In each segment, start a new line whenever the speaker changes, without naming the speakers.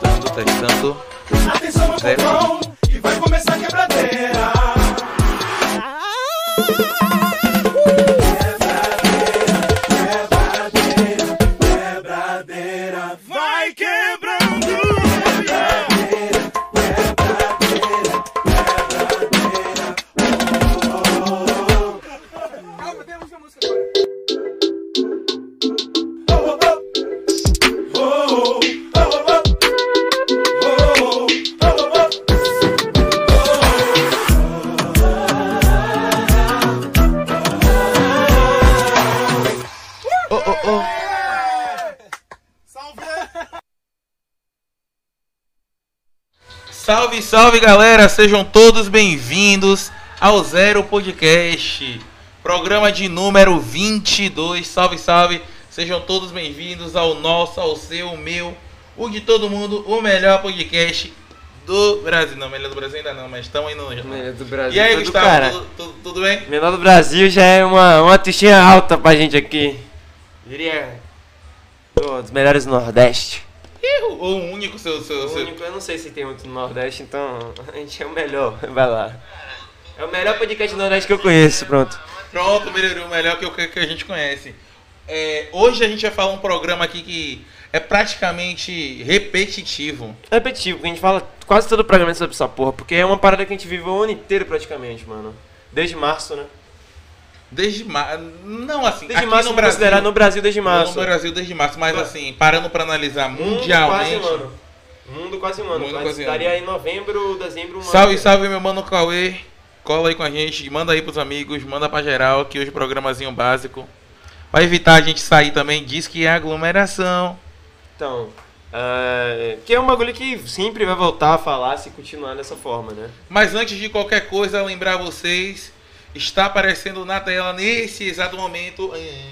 Portanto,
Atenção ao
Zero.
povão, que vai começar a quebradeira. Quebradeira, quebradeira, vai quebrando.
Salve, salve galera, sejam todos bem-vindos ao Zero Podcast, programa de número 22. Salve, salve, sejam todos bem-vindos ao nosso, ao seu, o meu, o de todo mundo, o melhor podcast do Brasil. Não, melhor do Brasil ainda não, mas estamos indo já.
Melhor do Brasil.
E aí,
Todo
Gustavo,
cara.
tudo, tudo- tudo bem?
Melhor do Brasil já é uma, uma tichinha alta pra gente aqui. Diria. do- Dos melhores do Nordeste.
Ih, o- o único seu. seu,
O
seu-
único, eu não sei se tem muito no Nordeste, então a gente é o melhor. Vai lá. É o melhor podcast do Nordeste que eu conheço, pronto.
Pronto, melhorou o melhor que, o que a gente conhece. É, hoje a gente vai falar um programa aqui que é praticamente repetitivo.
É repetitivo, porque a gente fala quase todo o programa sobre essa porra, porque é uma parada que a gente vive o ano inteiro praticamente, mano. Desde março, né?
Desde março. Não, assim,
Desde
aqui
março,
no
no
Brasil.
considerar no Brasil desde
no
março. É.
Brasil desde março, mas assim, parando pra analisar
Mundo
mundialmente.
quase um ano. Mundo quase um ano.
Mundo
mas
quase um
estaria
ano.
em novembro, dezembro, um ano.
salve, salve, meu mano Cauê. Cola aí com a gente, manda aí pros amigos, manda pra geral, que hoje o programazinho básico. Vai evitar a gente sair também, diz que é aglomeração.
Então, é, que é um bagulho que sempre vai voltar a falar se continuar dessa forma, né?
Mas antes de qualquer coisa, lembrar vocês, está aparecendo na tela nesse exato momento eh,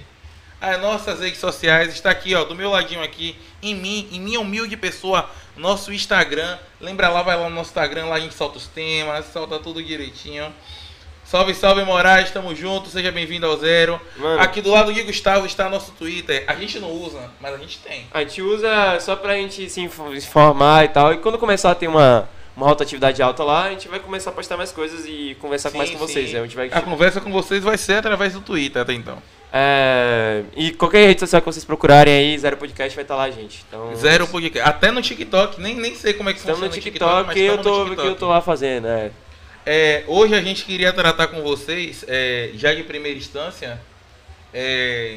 as nossas redes sociais, está aqui, ó, do meu ladinho aqui, em mim, em minha humilde pessoa, nosso Instagram. Lembra lá, vai lá no nosso Instagram, lá a gente solta os temas, solta tudo direitinho. Salve, salve Moraes, tamo junto, seja bem-vindo ao Zero.
Mano,
Aqui do lado de Gustavo está nosso Twitter. A gente não usa, mas a gente tem.
a gente usa só pra gente se info- informar e tal. E quando começar a ter uma, uma rotatividade alta lá, a gente vai começar a postar mais coisas e conversar
Sim,
mais com
sim.
vocês. né? A gente vai.
A conversa com vocês vai ser através do Twitter até então.
É, e qualquer rede social que vocês procurarem aí, Zero Podcast vai estar lá, gente. Então,
Zero podcast. Até no TikTok, nem, nem sei como é que
Estamos
funciona
no
o
TikTok,
mas
que eu
estamos no
tô, que
TikTok.
eu tô lá fazendo, é.
É, hoje a gente queria tratar com vocês, é, já de primeira instância, é,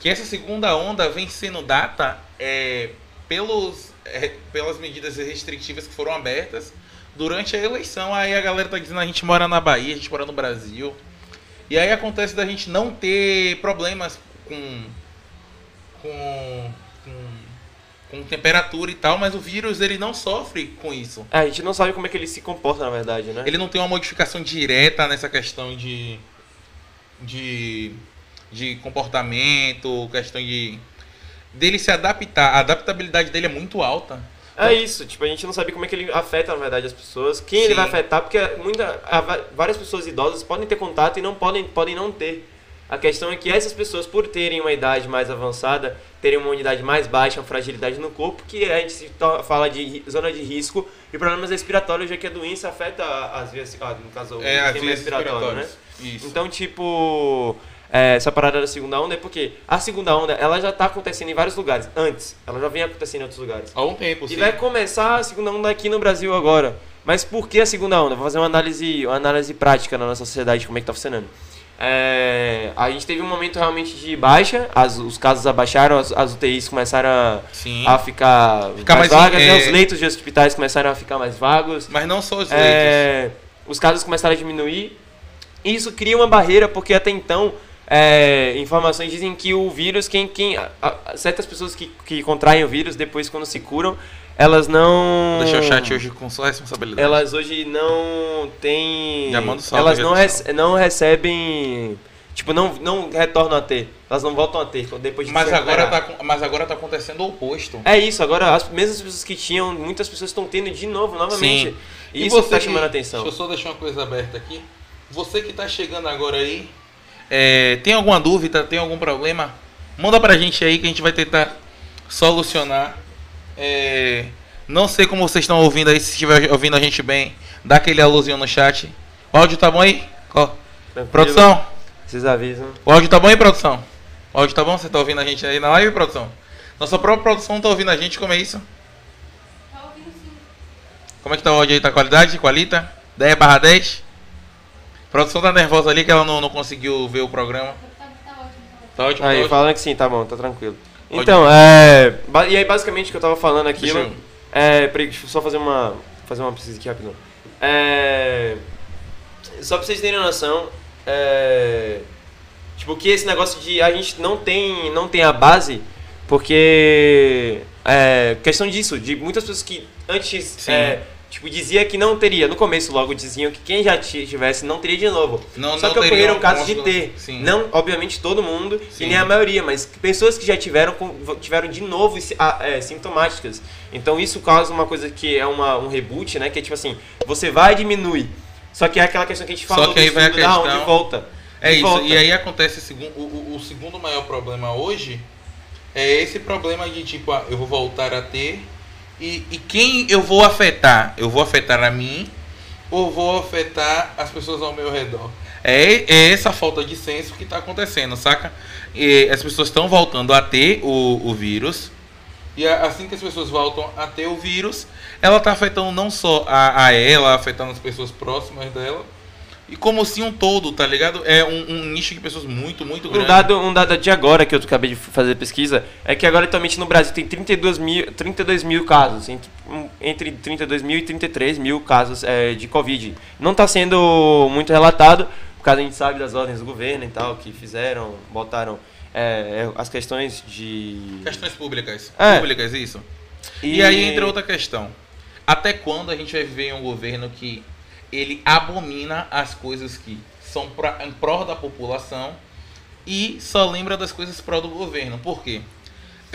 que essa segunda onda vem sendo data é, pelos, é, pelas medidas restritivas que foram abertas durante a eleição. Aí a galera tá dizendo a gente mora na Bahia, a gente mora no Brasil. E aí acontece da gente não ter problemas com, com, com, com temperatura e tal, mas o vírus ele não sofre com isso.
É, A gente não sabe como é que ele se comporta, na verdade, né?
Ele não tem uma modificação direta nessa questão de. de. de comportamento, questão de. dele se adaptar. A adaptabilidade dele é muito alta.
É isso, tipo, a gente não sabe como é que ele afeta, na verdade, as pessoas, quem
Sim.
ele vai afetar, porque muita, a va- várias pessoas idosas podem ter contato e não podem, podem não ter. A questão é que essas pessoas, por terem uma idade mais avançada, terem uma unidade mais baixa, uma fragilidade no corpo, que a gente se to- fala de ri- zona de risco e problemas respiratórios, já que a doença afeta a- as vias, ah, no caso, o
É, as
sistema
vias
respiratório, né?
respiratórias. Isso.
Então, tipo, é, essa parada da segunda onda é porque a segunda onda, ela já tá acontecendo em vários lugares antes, ela já vem acontecendo em outros lugares.
Há um tempo,
E
sim.
vai começar a segunda onda aqui no Brasil agora. Mas por que a segunda onda? Vou fazer uma análise, uma análise prática na nossa sociedade, como é que tá funcionando. É, a gente teve um momento realmente de baixa, as- os casos abaixaram, as, as UTIs começaram a,
Sim.
a ficar,
Ficar
mais,
mais,
vagas, né?
é-
os leitos de hospitais começaram a ficar mais vagos.
Mas não só os leitos.
É, os casos começaram a diminuir. E Isso cria uma barreira, porque até então, é, informações dizem que o vírus, quem, quem, a- a- certas pessoas que, que contraem o vírus, depois quando se curam, elas não.
Deixa o chat hoje com sua responsabilidade.
Elas hoje não têm.
Já manda um salve,
elas
já
não,
manda um
rece- não recebem. Tipo, não, não retornam a ter. Elas não voltam a ter depois de
Mas
se
agora,
recuperar.
tá, com- mas agora tá acontecendo o oposto.
É isso, agora as mesmas pessoas que tinham, muitas pessoas estão tendo de novo, novamente.
Sim.
E isso que tá
que-
chamando a atenção.
Deixa eu só deixar uma coisa aberta aqui. Você que tá chegando agora aí, é, tem alguma dúvida, tem algum problema? Manda pra gente aí que a gente vai tentar solucionar. É, Não sei como vocês estão ouvindo aí, se estiver ouvindo a gente bem, dá aquele alôzinho no chat. O áudio tá bom aí? Ó,
Tranquilo.
Produção,
Vocês avisam.
o áudio tá bom aí, produção? O áudio tá bom? Você tá ouvindo a gente aí na live, produção? Nossa própria produção tá ouvindo a gente, como é isso?
Tá ouvindo sim.
Como é que tá o áudio aí? Tá qualidade? Qualita? 10 barra 10? A produção tá nervosa ali que ela não, não conseguiu ver o programa.
Tá, tá ótimo. tá ótimo.
Tá ótimo, tá
Aí,
ótimo.
falando que sim, tá bom, tá tranquilo.
Pode-
Então, é. ba- E aí, basicamente, o que eu tava falando aquilo.
Deixa eu-
É. Peraí, deixa eu só fazer uma. Fazer uma pesquisa aqui rapidão. É. Só pra vocês terem noção, é. Tipo, que esse negócio de. A gente não tem, não tem a base, porque. É. Questão disso, de muitas pessoas que antes.
Sim.
é, tipo, dizia que não teria. No começo, logo diziam que quem já ti- tivesse não teria de novo.
Não-
Só
não
que
teria
ocorreram
um
casos de
ponto-
ter.
sim.
Não não, obviamente, todo mundo,
Sim.
e nem a maioria, mas pessoas que já tiveram, com- tiveram de novo esse- a- é, sintomáticas. Então isso causa uma coisa que é uma, um reboot, né? Que é tipo assim, você vai e diminui. Só que é aquela questão que a gente
Só
falou
que aí
do
vai a
estudo da
questão-
onde volta.
É
De
isso.
volta.
E aí acontece o, segun- o- o- o segundo maior problema hoje é esse problema de tipo, ah, eu vou voltar a ter e, e quem eu vou afetar? Eu vou afetar a mim ou vou afetar as pessoas ao meu redor? É, é essa falta de senso que está acontecendo, saca? E as pessoas estão voltando a ter o, o vírus. E a- assim que as pessoas voltam a ter o vírus, ela está afetando não só a, a ela, afetando as pessoas próximas dela, e como assim um todo, tá ligado? É um, um nicho de pessoas muito, muito
Um
grande.
dado, um dado de agora que eu acabei de fazer pesquisa é que agora atualmente no Brasil tem 32 mil, 32 mil casos, entre, um, entre 32 mil e 33 mil casos é, de Covid. Não está sendo muito relatado, por causa a gente sabe das ordens do governo e tal, que fizeram, botaram é, é, as questões de.
Questões públicas.
É.
Públicas, isso. E... aí entra outra questão. Até quando a gente vai viver em um governo que ele abomina as coisas que são pra, em prol da população e só lembra das coisas pró do governo? Por quê?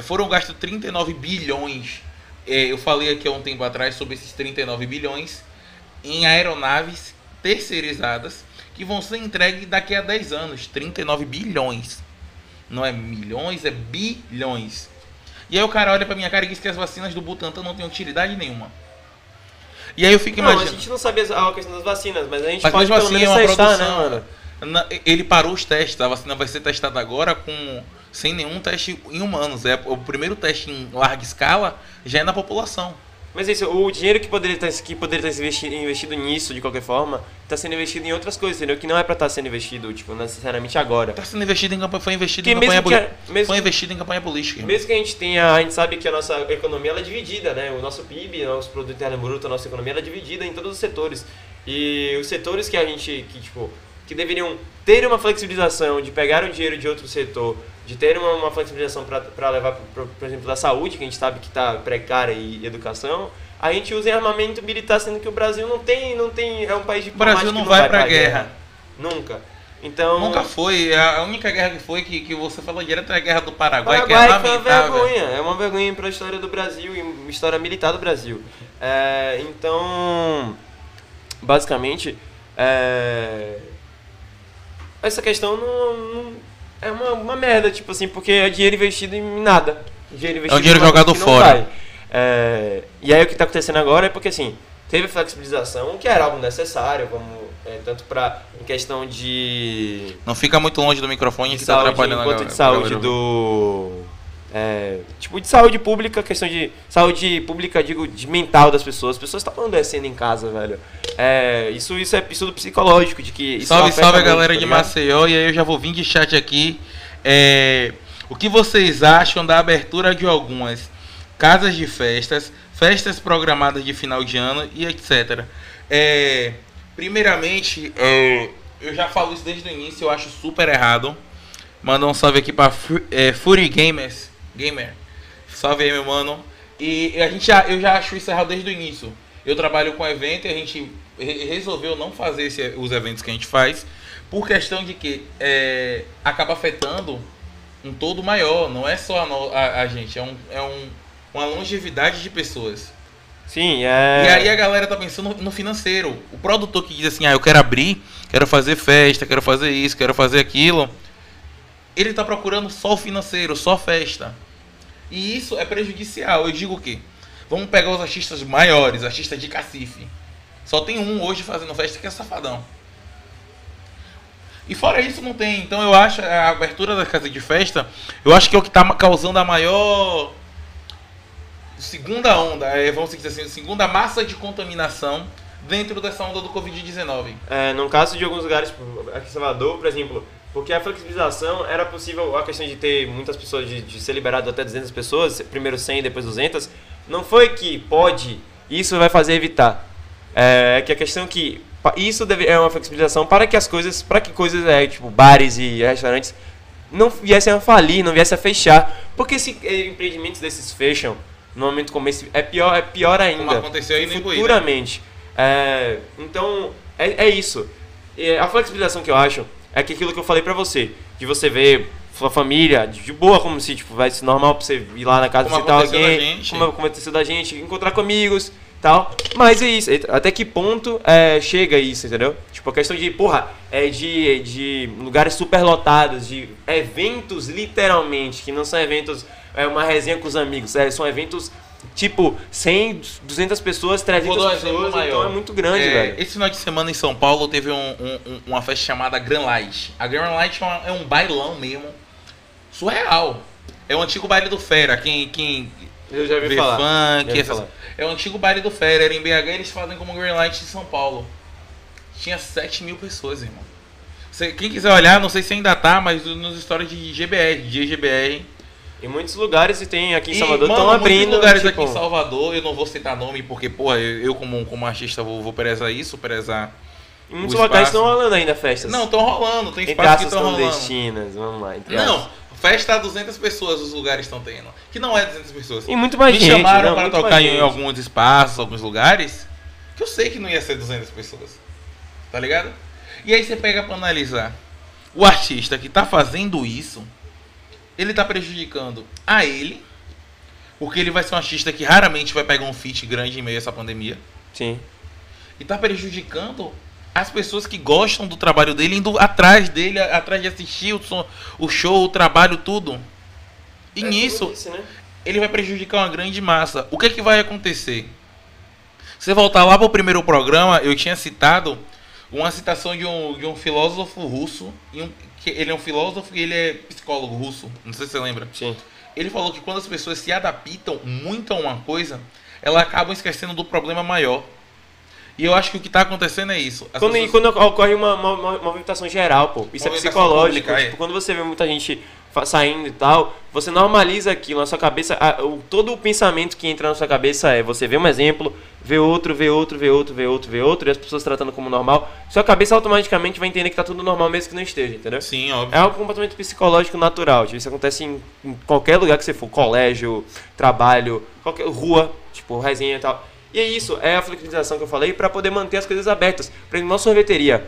Foram gastos 39 bilhões. É, eu falei aqui há um tempo atrás sobre esses 39 bilhões em aeronaves terceirizadas que vão ser entregues daqui a 10 anos. 39 bilhões. Não é milhões, é bilhões. E aí o cara olha pra minha cara e diz que as vacinas do Butantan não têm utilidade nenhuma. E aí eu fico
Não, a
imaginando.
gente não sabe a questão das vacinas, mas a gente
Mas
pode
mesmo
pelo
assim é
menos
uma
testar,
produção.
né, mano?
Na- ele parou os testes. A vacina vai ser testada agora com sem nenhum teste em humanos. É o primeiro teste em larga escala já é na população.
Mas é isso, o dinheiro que poderia estar que poderia estar investido, investido nisso, de qualquer forma, está sendo investido em outras coisas, entendeu? Que não é pra estar sendo investido, tipo, necessariamente agora.
Tá sendo investido em campanha, foi investido
Que
em campanha
mesmo que,
política.
a, mesmo,
Foi investido em campanha política. irmão.
mesmo que a gente tenha, a gente sabe que a nossa economia ela é dividida, né? O nosso PIB, o nosso produto interno bruto, a nossa economia ela é dividida em todos os setores. E os setores que a gente, que tipo, que deveriam ter uma flexibilização de pegar o dinheiro de outro setor, de ter uma, uma flexibilização para levar, pro- pro- por exemplo, da saúde, que a gente sabe que está precária e educação, a gente usa em armamento militar, sendo que o Brasil não tem, não tem, é um país de
O Brasil não vai pra guerra.
Nunca. Então,
Nunca foi. é A a única guerra que foi que, que você falou direto é a guerra do Paraguai,
Paraguai
que
foi
é
uma
lamentável.
vergonha, é uma vergonha para a história do Brasil e história militar do Brasil. É, então, basicamente, é, essa questão não, não- é uma, uma merda, tipo assim, porque é dinheiro investido em nada. Dinheiro investido
É
em
um dinheiro
uma coisa
jogado
que não
fora.
vai. É, e aí o que está acontecendo agora é porque assim, teve flexibilização, o que era algo necessário, como é, tanto para em questão de
Não fica muito longe do microfone
de
que tá
saúde,
atrapalhando
enquanto
galera.
de saúde do é, tipo de saúde pública, questão de saúde pública, digo, de mental das pessoas. As pessoas estavam descendo em casa, velho. É, isso isso é estudo psicológico de que isso
Salve,
afeta
salve a
muito,
galera
tá
de
ligado?
Maceió. E aí eu já vou vir de chat aqui. É, o que vocês acham da abertura de algumas casas de festas, festas programadas de final de ano e etc. É, primeiramente, é, eu já falo isso desde o início, eu acho super errado. Mandar um salve aqui pra Fu- é, Fury Gamers. Gamer. Salve aí, meu mano. E a gente já, eu já acho isso errado desde o início. Eu trabalho com evento e a gente re- resolveu não fazer esse- os eventos que a gente faz por questão de que é, acaba afetando um todo maior. Não é só a, no- a- a gente, é, um, é um- uma longevidade de pessoas.
Sim, é.
E aí a galera tá pensando no financeiro. O produtor que diz assim, ah, eu quero abrir, quero fazer festa, quero fazer isso, quero fazer aquilo. Ele tá procurando só o financeiro, só festa. E isso é prejudicial. Eu digo o quê? Vamos pegar os artistas maiores, artistas de cacife. Só tem um hoje fazendo festa que é safadão. E fora isso não tem. Então eu acho a abertura da casa de festa, eu acho que é o que tá causando a maior segunda onda, é, vamos dizer assim, segunda massa de contaminação dentro dessa onda do Covid-19.
É, no caso de alguns lugares, tipo, aqui em Salvador, por exemplo, porque a flexibilização era possível, a questão de ter muitas pessoas, de, de ser liberado até 200 pessoas, primeiro 100, depois 200, não foi que pode, isso vai fazer evitar. É que a questão que pa- isso deve- é uma flexibilização para que as coisas, para que coisas, é, tipo, bares e restaurantes não viessem a falir, não viessem a fechar. Porque se eh, empreendimentos desses fecham, num momento como esse, é pior, é pior ainda.
aconteceu aí no Imbuí, né?
Futuramente. É, então, é, é isso. É, a flexibilização que eu acho é que aquilo que eu falei pra você, de você ver sua família de de boa, como se tipo, vai ser normal pra você ir lá na casa
Como
visitar
aconteceu da
alguém,
gente.
como como aconteceu da gente, encontrar com amigos tal. Mas é isso, até que ponto é, chega isso, entendeu? Tipo, a questão de, porra, é de, de lugares superlotados, de eventos literalmente, que não são eventos, é uma resenha com os amigos, é, são eventos tipo 100, 200 pessoas, 300
Vou dar um exemplo
pessoas, então
maior.
é muito grande,
É,
velho.
Esse final de semana em São Paulo teve um- um- um- uma festa chamada Grand Light. A Grand Light é, uma- é um bailão mesmo. Surreal. É o antigo baile do Fera. Quem, quem
Eu já
vê
ouvi falar.
funk,
Já ouvi
essas-
falar.
É o antigo baile do Fera. Era em BH eles fazem como Grand Light em São Paulo. Tinha 7 mil pessoas, irmão. Cê- Quem quiser olhar, não sei se ainda tá, mas nos stories de GBR, de GBR,
Em muitos lugares e tem aqui em
e,
Salvador
mano,
estão
muitos
abrindo
lugares
tipo,
aqui em Salvador, eu não vou citar nome porque, porra, eu, eu como, como artista vou, vou prezar isso, prezar.
em muitos
o
locais
espaço.
estão rolando ainda festas.
Não, estão rolando, tem
entre
espaço que
aspas
estão rolando.
clandestinas, vamos lá. entre
Não,
aspas.
festa a 200 pessoas os lugares estão tendo, que não é 200 pessoas.
E muito mais
Me
gente.
chamaram
não,
para
muito
tocar
mais
em
gente.
alguns espaços, alguns lugares, que eu sei que não ia ser 200 pessoas, tá ligado? E aí você pega pra analisar, o artista que tá fazendo isso, ele tá prejudicando a ele, porque ele vai ser um artista que raramente vai pegar um feat grande em meio a essa pandemia.
Sim.
E tá prejudicando as pessoas que gostam do trabalho dele, indo atrás dele, a- atrás de assistir o, som- o show, o trabalho, tudo. E
É
nisso, ele vai prejudicar uma grande massa. O que é que vai acontecer? Você voltar lá pro primeiro programa, eu tinha citado uma citação de um, de um filósofo russo. e um- que ele é um filósofo e ele é psicólogo russo. Não sei se você lembra.
Sim.
Ele falou que quando as pessoas se adaptam muito a uma coisa, elas acabam esquecendo do problema maior. E eu acho que o que tá acontecendo é isso. As
Quando, e
pessoas-
quando ocorre uma, uma- uma movimentação geral, pô. Isso é
Movimentação
psicológico.
pública, é.
tipo, quando você vê muita gente fa- saindo e tal, você normaliza aquilo na sua cabeça. a- o- todo o pensamento que entra na sua cabeça é você vê um exemplo, vê outro, vê outro, vê outro, vê outro, vê outro, e as pessoas tratando como normal. Sua cabeça automaticamente vai entender que tá tudo normal mesmo que não esteja, entendeu?
Sim, óbvio.
É um comportamento psicológico natural. Tipo, isso acontece em, em qualquer lugar que você for. Colégio, trabalho, qualquer rua, tipo, resenha e tal. E é isso, é a flexibilização que eu falei para poder manter as coisas abertas. Por exemplo, uma sorveteria,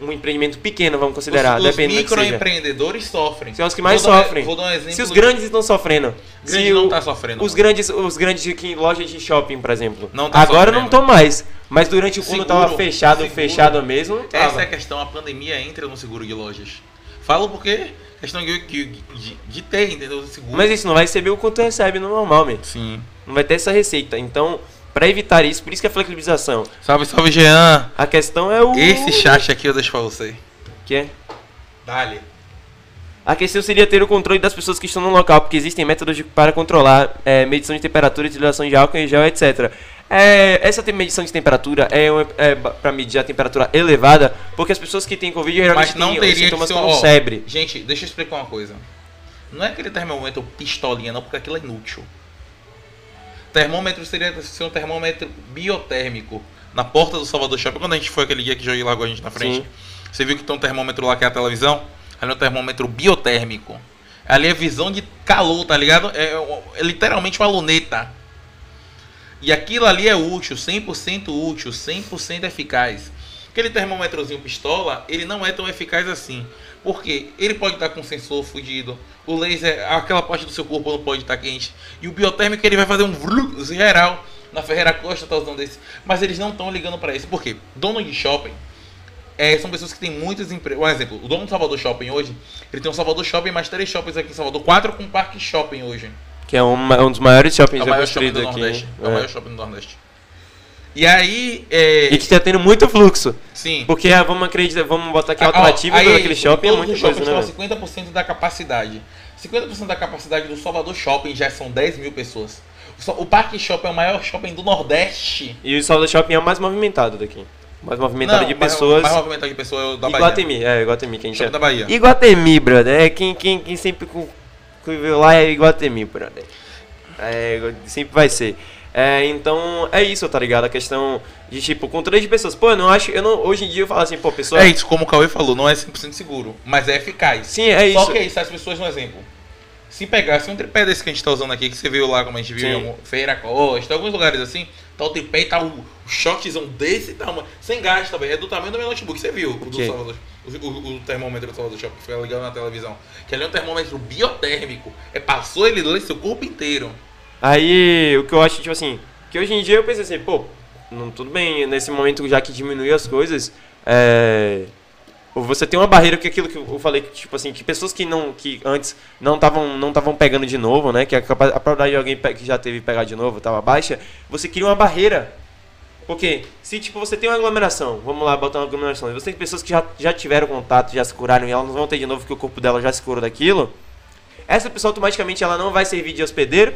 um empreendimento pequeno, vamos considerar,
Os, os
dependendo do que seja.
microempreendedores sofrem.
São os que mais
Vou dar-
sofrem.
Vou dar um exemplo.
Se os grandes estão sofrendo.
Grande
se
não
o-
tá sofrendo.
Os grandes, os grandes de que- lojas de shopping, por exemplo.
Não tá
Agora
sofrendo.
não estão mais. Mas durante o quando
Seguro,
tava fechado,
seguro.
fechado mesmo, tava.
Essa é a questão, a pandemia entra no seguro de lojas. Falo porque questão de, de, de, de ter, entendeu? O Seguro.
Mas isso não vai receber o quanto recebe no normal, mesmo.
Sim.
Não vai ter essa receita. Então, pra evitar isso, por isso que é flexibilização.
Salve, salve, Jean.
A questão é o.
Esse chat aqui eu deixo pra você.
Que é?
Dale.
A questão seria ter o controle das pessoas que estão no local, porque existem métodos de- para controlar é, medição de temperatura, utilização de álcool em gel, etc. É, essa te- medição de temperatura é, uma- é ba- pra medir a temperatura elevada, porque as pessoas que têm Covid geralmente
Mas não
têm os
teria que
sintomas
ser um
como
ó,
febre.
Gente, deixa eu explicar uma coisa. Não é aquele termômetro pistolinha, não, porque aquilo é inútil. Termômetro seria ser um termômetro biotérmico. Na porta do Salvador Shopping, quando a gente foi aquele dia que Joey largou a gente na frente,
Sim.
você viu que tem um termômetro lá que é a televisão? Ali é um termômetro biotérmico. Ali é visão de calor, tá ligado? É, é literalmente uma luneta. E aquilo ali é útil, 100% útil, 100% eficaz. Aquele termômetrozinho pistola, ele não é tão eficaz assim. Porque ele pode estar com o sensor fudido, o laser, aquela parte do seu corpo não pode estar quente. E o biotérmico ele vai fazer um vlu geral. Na Ferreira Costa tá usando esse. Mas eles não estão ligando para isso. Por quê? Dono de shopping é, são pessoas que têm muitos empregos. Um exemplo, o dono do Salvador Shopping hoje, ele tem um Salvador Shopping mais três shoppings aqui em Salvador, quatro com parque shopping hoje.
Que é um, é um dos maiores shoppings
É o
já
maior shopping
construído
do
aqui.
Nordeste. É.
É.
o maior shopping do Nordeste. E aí, é,
E que tá tendo muito fluxo.
sim.
Porque ah, vamos acreditar, vamos botar aqui a
Ah, ó,
alternativa
aí,
daquele shopping é
todos
muita
os
coisa,
shoppings assim,
né? velho?
falam 50% da capacidade. 50% da capacidade do Salvador Shopping já são 10 mil pessoas. O so- O Parque Shopping é o maior shopping do Nordeste.
E o Salvador Shopping é o mais movimentado daqui. Mais movimentado
Não,
de
mais-
pessoas.
Mais movimentado de pessoas é o da Bahia.
Iguatemi, é, Iguatemi, quem
Shopping
chama.
da Bahia.
Iguatemi, brother. É quem, quem, quem sempre cu- viu lá é Iguatemi, brother. É, sempre vai ser. É, então é isso, tá ligado? A questão de tipo, com três pessoas. Pô, eu não acho. Eu não, hoje em dia eu falo assim, pô, pessoa.
É isso, como o Cauê falou, não é 100% seguro, mas é eficaz.
Sim, é
Só
isso.
que é isso, as pessoas, um exemplo. Se pegasse um tripé desse que a gente tá usando aqui, que você viu lá como a gente viu
Sim.
em algum- Feira Costa, alguns lugares assim, tá o tripé e tá o o shortzão desse tamanho, sem gasto também, é do tamanho do meu notebook, você viu o, do
quê?
Salvador, o, o- o termômetro do Salvador Shopping, que fica ligado na televisão, que ali é um termômetro biotérmico, é, passou ele lê seu corpo inteiro.
Aí o que eu acho, tipo assim, que hoje em dia eu pensei assim, pô, não, tudo bem, nesse momento já que diminuiu as coisas, é, você tem uma barreira que aquilo que eu falei, que, tipo assim, que pessoas que não que antes não estavam não tavam pegando de novo, né, que a, capa- a probabilidade de alguém pe- que já teve pegar de novo estava baixa, você cria uma barreira. Porque se tipo você tem uma aglomeração, vamos lá, botar uma aglomeração, e você tem pessoas que já, já tiveram contato, já se curaram e elas não vão ter de novo porque o corpo dela já se curou daquilo, essa pessoa automaticamente ela não vai servir de hospedeiro.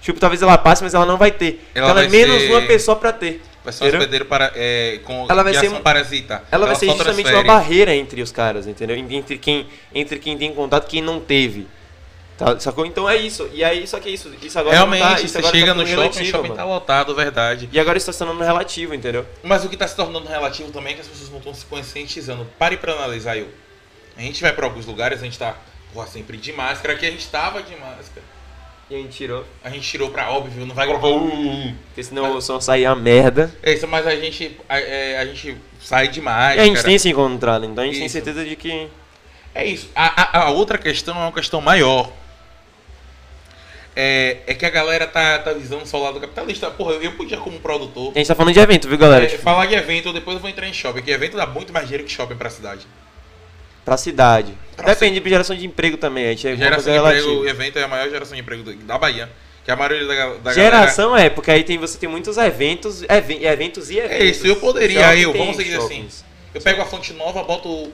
Tipo, talvez ela passe, mas ela não vai ter.
Ela
Ela, ela é
vai
menos
ser-
uma pessoa pra ter.
Vai ser um
Entendeu?
hospedeiro para, é, com
Ela vai
de
ser
ação
um-
parasita.
Ela vai ser
só
justamente
transfere.
uma barreira entre os caras, entendeu? Entre quem, entre quem tem contato e quem não teve. Tá, sacou? Então é isso. E aí, só que é isso. Isso agora
Realmente,
não tá, isso
você
agora
chega
tá
no
tudo
shopping, o
relativo,
shopping
mano.
tá lotado, verdade.
E agora isso tá se tornando relativo, entendeu?
Mas o que está se tornando relativo também é que as pessoas não estão se conscientizando. Pare para analisar eu. A gente vai para alguns lugares, a gente tá porra, sempre de máscara, aqui a gente tava de máscara.
E a gente tirou.
A gente tirou pra óbvio, não vai colocar. "Uh".
Porque senão o som sair a merda.
É isso, mas a gente, a, é, a gente sai de
E É, a gente
máscara.
tem se encontrado, então a gente tem
Isso.
certeza de que.
É isso. A, a- a outra questão é uma questão maior. É, é que a galera tá, tá visando só o lado capitalista. Porra, eu podia, como produtor,
A gente tá falando de evento, viu, galera?
é,
Tipo,
falar de evento, depois eu vou entrar em shopping, que evento dá muito mais dinheiro que shopping pra cidade.
pra cidade.
Pra
Depende de geração de emprego também. A gente é uma
Geração
coisa
de
relativa.
emprego, o evento é a maior geração de emprego do- da Bahia. Que é a maioria da, ga- da
Geração é, porque aí tem, você tem muitos eventos, even- eventos e eventos.
É isso, eu poderia,
Shopping
eu,
tem
vamos seguir assim.
shoppings.
galera. Eu pego a fonte nova, boto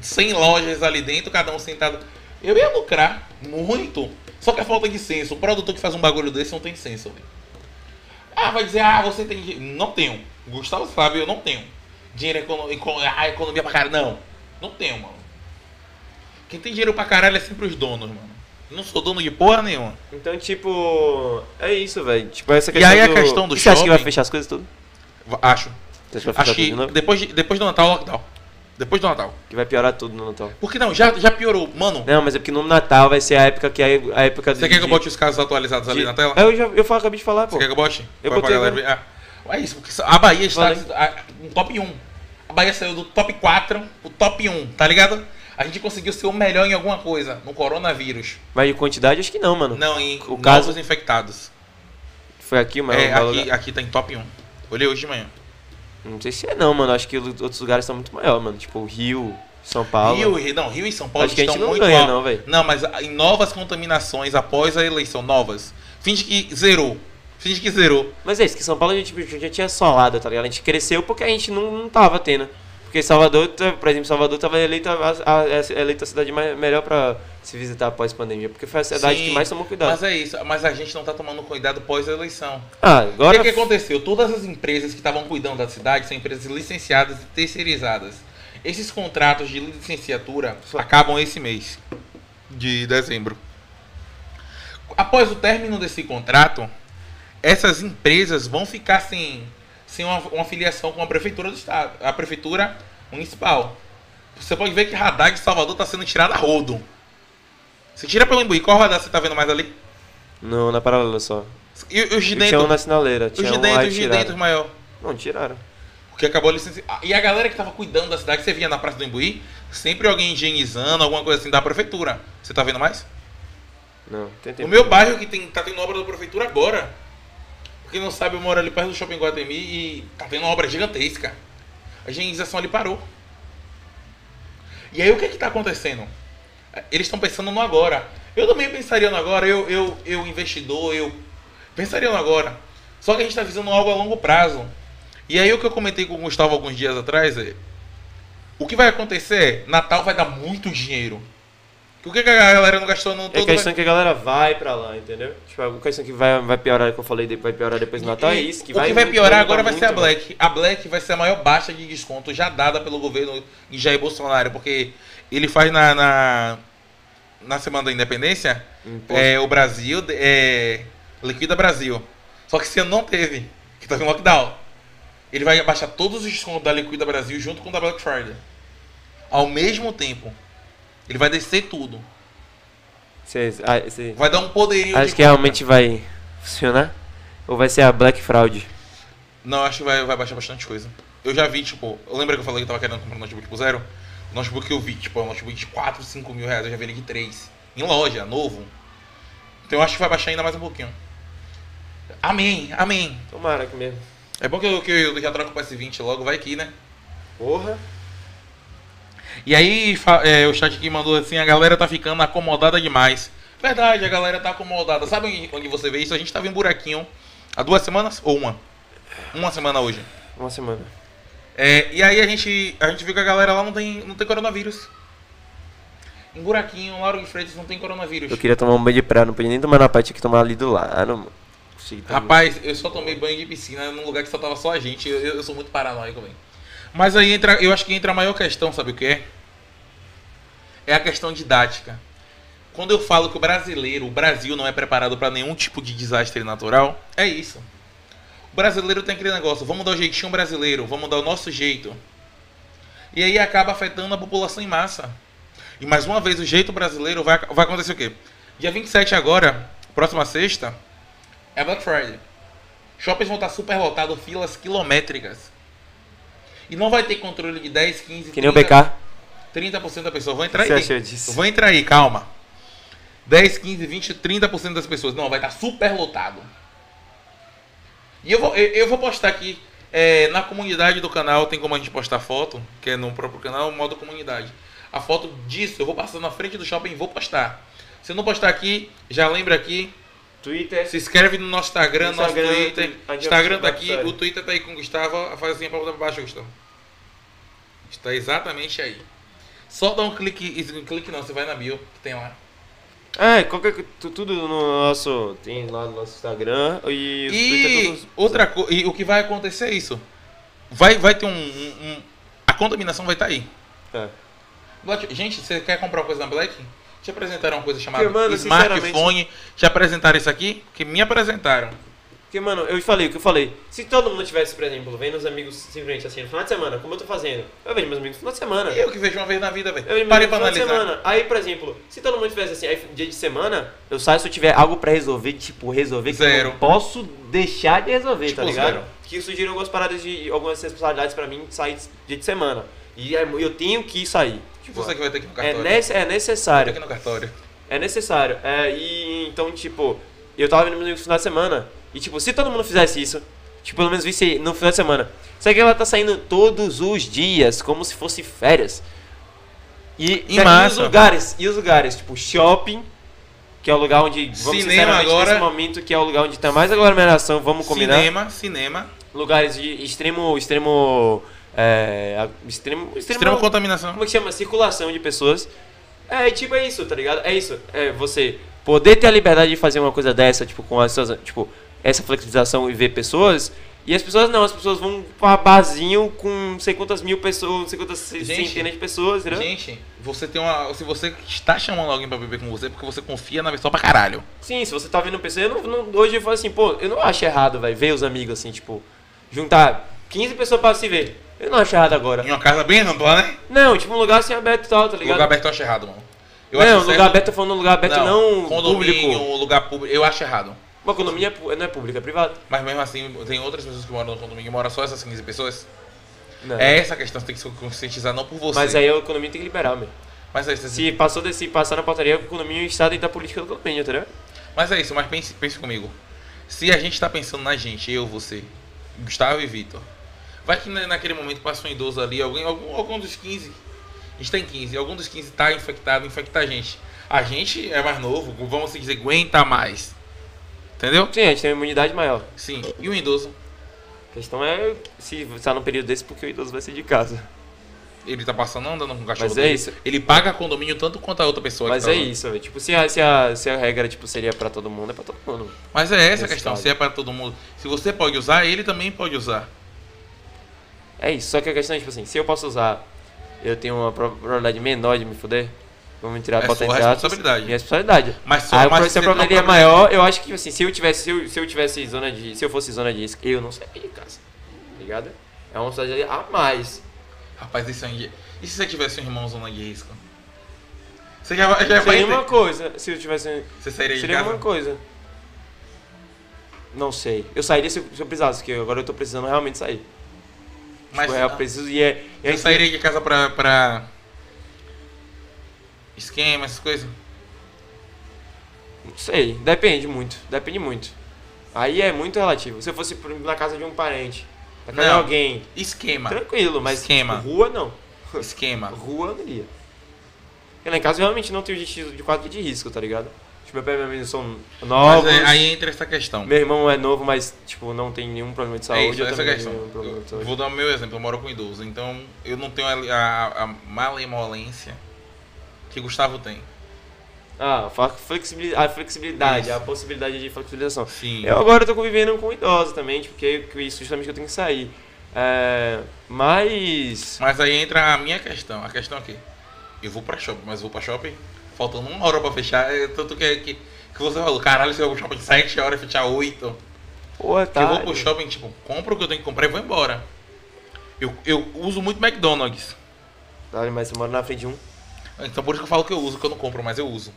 100 lojas ali dentro, cada um sentado. Eu ia lucrar muito. Só que a falta de senso. O produtor que faz um bagulho desse não tem senso. velho. Ah, vai dizer, ah, você tem. dinhe- Não tenho. Gustavo sabe, eu não tenho. Dinheiro, econo... eco- ah, economia pra caralho. Não. Não tenho, mano. Quem tem dinheiro pra caralho é sempre os donos, mano. Eu Não sou dono de porra nenhuma.
Então, tipo, é isso, velho. Tipo, essa
E
questão
aí a
do...
questão do
Você acha que vai
shopping?
fechar as coisas tudo?
Acho.
Você acha que vai fechar
Acho
tudo
que
Tá de novo?
depois, de- depois do Natal, lockdown. Depois do Natal.
Que vai piorar tudo no Natal.
Porque não, já, já piorou. Mano,
Não, mas é porque no Natal vai ser a época que é a época do...
você quer que eu bote os casos atualizados ali na tela?
Eu, já, eu falo- acabei de falar, pô.
Você quer que eu bote?
Eu
Pra- pra
botei
galera ver? Ah, é isso, porque a Bahia está
Valeu.
a- no top 1. A Bahia saiu do top 4 pro top 1, tá ligado? A gente conseguiu ser o melhor em alguma coisa, no coronavírus.
Mas de quantidade, acho que não, mano.
Não, em
O
novos
caso-
infectados.
Foi aqui, mas...
É,
um valor-
aqui, aqui tá em top 1. Olhei hoje de manhã.
Não sei se é não, mano. Acho que outros lugares estão muito maior, mano. Tipo, Rio, São Paulo.
Rio, Rio- não, Rio e São Paulo
Acho que a gente
estão
não
muito
ganha,
al-
não, véi.
Não, mas ah, em novas contaminações após a eleição, novas. Finge que zerou. Finge que zerou.
Mas é isso, que São Paulo a gente tipo, já tinha solado, tá ligado? A gente cresceu porque a gente não, não tava tendo. Porque Salvador, tá- por exemplo, Salvador tava eleita a, a, a- eleita a cidade mais, melhor pra se visitar após pandemia. Porque foi a cidade
Sim,
que mais tomou cuidado.
Mas é isso, mas a gente não tá tomando cuidado pós a eleição.
Ah,
O
agora.
que, que aconteceu? Todas as empresas que estavam cuidando da cidade são empresas licenciadas e terceirizadas. Esses contratos de licenciatura acabam esse mês de dezembro. Após o término desse contrato, essas empresas vão ficar sem, sem uma, uma filiação com a prefeitura do estado, a prefeitura municipal. Você pode ver que radar de Salvador está sendo tirado a rodo. Você tira pelo Imbuí, qual radar você está vendo mais ali?
Não, na paralela só.
E os de
E Tinha um
dentro?
na sinaleira.
Os
Tinha
de
um lá
dentro,
e
os de
tiraram.
dentro maior.
Não, tiraram.
Porque acabou a licença. Ah, E a galera que tava cuidando da cidade, que você via na Praça do Imbuí, sempre alguém higienizando, alguma coisa assim da prefeitura. Você tá vendo mais?
Não, tentei.
O meu bairro que tem, tá tendo obra da prefeitura agora. Pra Quem não sabe, eu moro ali perto do Shopping Guatemi e tá tendo uma obra gigantesca. A higienização ali parou. é E aí o que que tá acontecendo? Eles estão pensando no agora. Eu também pensaria no agora, eu, eu, eu investidor, eu pensaria no agora. Só que a gente está visando algo a longo prazo. E aí o que eu comentei com o Gustavo alguns dias atrás é. O que vai acontecer? é, Natal vai dar muito dinheiro. O que, que a galera não gastou no
É a
todo?
questão que a galera vai pra lá, entendeu? Tipo, a questão que vai, vai piorar, que eu falei, de- vai piorar depois do Natal, é isso. Que
o
vai
que vai
muito,
piorar
vai
agora vai
mudar
ser a
muito, mano.
Black. A Black vai ser a maior baixa de desconto já dada pelo governo de Jair Bolsonaro, porque ele faz na, na, na Semana da Independência
Imposto.
é, o Brasil, é, liquida Brasil. Só que esse ano não teve, que tá com lockdown. Ele vai abaixar todos os descontos da Liquida Brasil junto com o da Black Friday. Ao mesmo tempo. Ele vai descer tudo.
Cês- ah, cê-
Vai dar um poderio
Acho
de
que realmente vai funcionar? Ou vai ser a Black Fraud?
Não, acho que vai, vai baixar bastante coisa. Eu já vi, tipo, lembra que eu falei que eu tava querendo comprar um notebook por zero? O notebook que eu vi, tipo, é um notebook de 4, 5 mil reais, eu já vi ele de 3. Em loja, é novo. Então eu acho que vai baixar ainda mais um pouquinho. Amém, amém.
Tomara que mesmo.
É bom que eu, que eu já troco o S20 logo, vai aqui, né?
Porra.
E aí, fa- é, o chat aqui mandou assim, a galera tá ficando acomodada demais. Verdade, a galera tá acomodada. Sabe onde- onde você vê isso? A gente tava em um buraquinho há duas semanas ou uma? Uma semana hoje.
Uma semana.
É, e aí a gente, a gente viu que a galera lá não tem, não tem coronavírus. Em buraquinho, Lauro de Freitas não tem coronavírus.
Eu queria tomar um banho de praia, não podia nem tomar na parte, tinha que tomar ali do lado, mano. Consegui tomar.
Rapaz, eu só tomei banho de piscina num lugar que só tava só a gente. Eu, eu sou muito paranoico, velho. Mas aí entra, eu acho que entra a maior questão, sabe o que é? É a questão didática. Quando eu falo que o brasileiro, o Brasil não é preparado para nenhum tipo de desastre natural, é isso. O brasileiro tem aquele negócio, vamos dar o jeitinho brasileiro, vamos dar o nosso jeito. E aí acaba afetando a população em massa. E mais uma vez, o jeito brasileiro vai, vai acontecer o quê? Dia 27 agora, próxima sexta, é Black Friday. Shoppings vão estar super lotados, filas quilométricas. E não vai ter controle de 10, 15,
Que nem o
30,
BK.
30% da pessoa. Vou entrar
Você
aí.
achou disso?
Vou entrar aí, calma. 10, 15, 20, 30% das pessoas. Não, vai estar super lotado. E eu vou, eu, eu vou postar aqui. é, na comunidade do canal tem como a gente postar foto, que é no próprio canal, modo comunidade. A foto disso, eu vou passar na frente do shopping e vou postar. Se eu não postar aqui, já lembra aqui.
Twitter.
Se inscreve no nosso Instagram, no nosso
Instagram,
Twitter.
a gente
Instagram tá
vai
aqui,
postar.
o Twitter tá aí com o Gustavo. A fazinha pra botar pra baixo, Gustavo. Está exatamente aí. Só dá um clique, um clique não, você vai na bio que tem lá.
É, qualquer co- tu- tudo no nosso. Tem lá no nosso Instagram e o Twitter é
E
tudo.
outra coisa, o que vai acontecer é isso. Vai, vai ter um, um- um- A contaminação vai estar aí.
É.
Black- Gente, você quer comprar uma coisa na Black? Te apresentaram uma coisa chamada
Porque, mano,
smartphone. Te apresentaram isso aqui? Que me apresentaram.
Porque, mano, eu falei o que eu falei. Se todo mundo tivesse, por exemplo, vendo os amigos simplesmente assim no final de semana, como eu tô fazendo, eu vejo meus amigos no final de semana.
Eu que vejo uma vez na vida, velho.
Eu vejo meus
Parei
amigos
pra
no final de
analisar.
semana. Aí, por exemplo, se todo mundo tivesse assim, aí dia de semana, eu saio se eu tiver algo pra resolver, tipo, resolver que eu
Zero.
não posso deixar de resolver,
Tipo,
tá ligado?
zero.
Que surgiram algumas paradas de algumas responsabilidades pra mim de sair dia de semana. E aí eu tenho que sair. Tipo,
Você que vai ter que ir no
é,
cartório.
nece- é necessário.
Vai ter que ir no cartório.
É necessário. É, e então, tipo, eu tava vendo meus amigos no final de semana. E, tipo, se todo mundo fizesse isso, tipo, pelo menos visse no final de semana. Só que ela tá saindo todos os dias, como se fosse férias. E,
Em
e os
massa.
lugares, e os lugares, tipo, shopping, que é o lugar onde. Vamos
Cinema
sinceramente,
agora.
Nesse momento que é o lugar onde tá mais aglomeração, vamos combinar.
Cinema, cinema.
Lugares de extremo. extremo. É, a- extremo, extremo,
Extrema contaminação.
como é que chama? Circulação de pessoas. É, tipo, é isso, tá ligado? É isso. É você poder ter a liberdade de fazer uma coisa dessa, tipo, com as suas, tipo, essa flexibilização e ver pessoas. E as pessoas não, as pessoas vão pra barzinho com não sei quantas mil pessoas, não sei quantas ce-
Gente,
centenas de pessoas, entendeu?
Gente, você tem uma. Se você está chamando alguém pra beber com você, é porque você confia na pessoa pra caralho.
Sim, se você tá vendo um PC, eu não, não- hoje eu falo assim, pô, eu não acho errado, velho, ver os amigos assim, tipo, juntar 15 pessoas pra se ver. Eu não acho errado agora.
Em uma casa bem ampla, né?
Não, tipo, um lugar assim aberto e tal, tá ligado?
Lugar aberto eu acho errado, mano. Eu
não,
acho
lugar
certo-
aberto, eu tô falando lugar aberto não,
condomínio, um
público.
lugar público, eu acho errado.
Uma condomínio é pu- não é público, é privado.
Mas mesmo assim, tem outras pessoas que moram no condomínio e moram só essas 15 pessoas.
Não.
É essa questão que tem que se conscientizar, não por você.
Mas aí o condomínio tem que liberar, meu.
Mas é isso,
Se passou desse, passar na portaria, o condomínio está dentro da política do condomínio, entendeu?
mas, é isso mas pense, pense comigo. Se a gente tá pensando na gente, eu, você, Gustavo e Vitor, vai que na- naquele momento passa um idoso ali, alguém, algum, algum dos 15, a gente tem 15, algum dos 15 tá infectado, infecta a gente. A gente é mais novo, vamos assim dizer, aguenta mais. Entendeu?
Sim, a gente tem uma imunidade maior.
Sim. E o idoso?
A questão é se você tá num período desse porque o idoso vai sair de casa.
Ele tá passando andando com o cachorro
Mas é
dele.
isso.
Ele paga condomínio tanto quanto a outra pessoa. que
Mas
tá
é
lá.
isso, velho. Tipo, se a, se, a, se a regra tipo, seria pra todo mundo, é pra todo mundo.
Mas é essa a
Nesse
questão,
caso.
se é para todo mundo. Se você pode usar, ele também pode usar.
É isso, só que a questão é, tipo assim, se eu posso usar, eu tenho uma probabilidade menor de me fuder, vou me tirar
É
pra
sua
tentar-
responsabilidade.
Minha é responsabilidade.
Mas só-
Aí,
mas
se a
você tem uma
probabilidade é
probabilidade-
maior, eu acho que, tipo assim, se eu tivesse, se eu, se eu tivesse zona de, se eu fosse zona de risco, eu não sairia de casa, tá ligado? É uma cidade a mais.
Rapaz, isso é um... dia- E se você tivesse um irmão zona de risco? Você já, vai- já vai
Seria
ter.
uma coisa, se eu tivesse,
Você sairia de
seria
casa?
uma coisa. Não sei. Eu sairia se eu, se eu precisasse, porque agora eu tô precisando realmente sair.
Mas
tipo, é, eu preciso e é... e é
você sairia de casa pra... pra... Esquema, essas coisas?
Não sei, depende muito, depende muito. Aí é muito relativo. Se eu fosse pro- na casa de um parente, na casa de
Não.
alguém,
Esquema.
tranquilo, mas
Esquema.
tipo, rua não.
Esquema.
Rua eu não iria. Porque lá em casa eu realmente não tenho destino de quadro de risco, tá ligado? Tipo, meu pai e minha mãe são novos,
Mas é, aí entra essa questão.
meu irmão é novo, mas tipo, não tem nenhum problema de saúde,
é isso,
eu
essa
também não
questão.
tenho nenhum problema de
Eu
saúde.
vou dar o meu exemplo, eu moro com idoso, então eu não tenho a, a, a malemolência que Gustavo tem.
Ah, fa- flexibil- a flexibilidade,
Isso.
a possibilidade de flexibilização.
Sim.
Eu agora tô convivendo com idosos também, tipo, que, que isso justamente que eu tenho que sair. É, mas.
Mas aí entra a minha questão. A questão é que eu vou pra shopping, mas vou pra shopping faltando uma hora pra fechar. é Tanto que, que, que você falou, caralho, se eu vou pro shopping 7 horas e fechar 8.
Pô,
Que
tá.
eu vou pro shopping, tipo, compro o que eu tenho que comprar e vou embora. Eu, eu uso muito McDonald's.
Tá, mas você mora na frente de um.
Então por isso que eu falo que eu uso, que eu não compro, mas eu uso.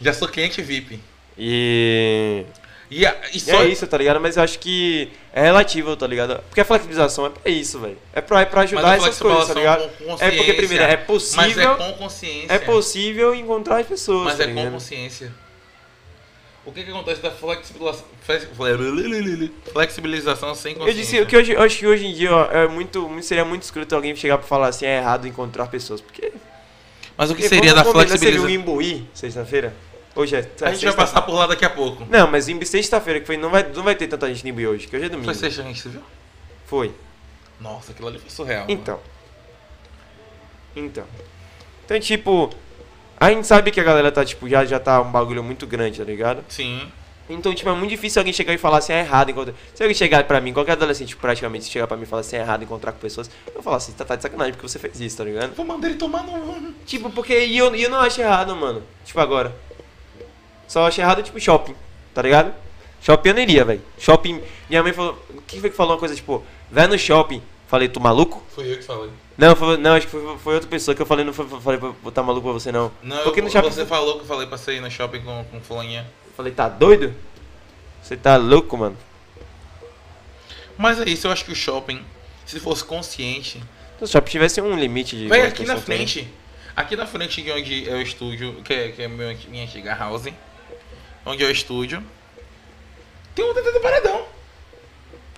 Já sou cliente VIP.
E.
E, a- e
e
só
é isso, tá ligado? Mas eu acho que é relativo, tá ligado? Porque a flexibilização é pra isso, velho. É pra, é pra ajudar
Mas a
essas coisas, tá ligado?
flexibilização com
É porque,
consciência.
primeiro, é
Mas
possível.
é com consciência.
é possível encontrar as pessoas,
Mas
tá
é com
ligado?
consciência. O que, que acontece da flexibilização, flexibilização sem
Eu
consciência?
disse que hoje, eu acho que hoje em dia ó, é muito, seria muito escroto alguém chegar pra falar assim, é errado encontrar pessoas. Porque.
Mas o que
porque
seria
vamos
da
combinar, né? Você viu o
flexibilização?
Imbuí sexta-feira? Hoje é.
A gente vai passar por lá daqui a pouco.
Não, mas em sexta-feira, que foi. Não vai, não vai ter tanta gente no Imbuí hoje, que hoje é domingo.
Foi sexta, gente, você viu?
Foi.
Nossa, aquilo ali foi surreal.
Então. Então. Então, tipo, a gente sabe que a galera tá, tipo, já, já tá um bagulho muito grande, tá ligado?
mano. Sim.
Então, tipo, é muito difícil alguém chegar e falar assim, é errado encontrar. Se alguém chegar pra mim, qualquer adolescente tipo, praticamente se chegar pra mim e falar assim, é errado encontrar com pessoas, eu vou falar assim, tá, tá de sacanagem porque você fez isso, tá ligado?
Vou mandar ele tomar no.
Tipo, porque e eu, e eu não acho errado, mano. Tipo, agora. Só acho errado, tipo, shopping, tá ligado? Shopping eu não iria, velho. Shopping. Minha mãe falou. Quem foi que falou uma coisa, tipo, vai no shopping? Falei, tu maluco?
Foi eu que falei.
Não, foi- não, acho que foi, foi outra pessoa que eu falei, não foi, foi- falei pra botar maluco pra você, não.
Não,
Porque
eu,
no shopping.
você falou que eu falei pra sair no shopping com, com fulaninha.
Eu falei, tá doido? Você tá louco, mano?
Mas é isso, eu acho que o shopping, se fosse consciente,
Se o shopping tivesse um limite de.
Véi,
quantas
aqui na
pessoas tem.
frente. Aqui na frente de onde é o estúdio, que é, que é meu- minha antiga house, onde é o estúdio, tem um dentro do paredão.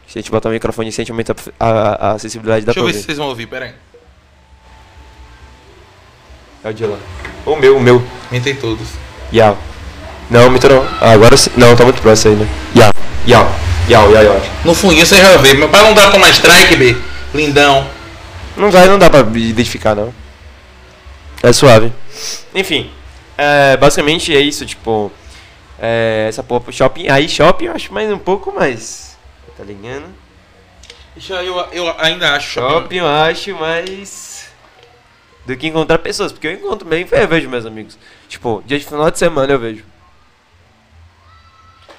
Se a gente botar o microfone sem, a gente aumenta a, a- a acessibilidade da
Deixa eu ver
ouvir.
se vocês vão ouvir, pera aí.
É o de lá. O meu, o meu.
Mentei todos.
Yau. Não, aumentou não. Ah, agora sim. Não, tá muito próximo ainda. Yau. Yau. Yau, yau, yau.
No fundinho vocês vão ver. Meu pai não dá pra tomar strike, B. Lindão.
Não vai, não dá pra identificar, não. É suave. Enfim, é, basicamente é isso, tipo. é, essa porra pro shopping. Aí shopping eu acho mais um pouco mais. Tá ligado?
Já eu, eu ainda acho shopping.
Shopping eu acho mais. Do que encontrar pessoas, porque eu encontro bem, eu vejo meus amigos. Tipo, dia de final de semana eu vejo.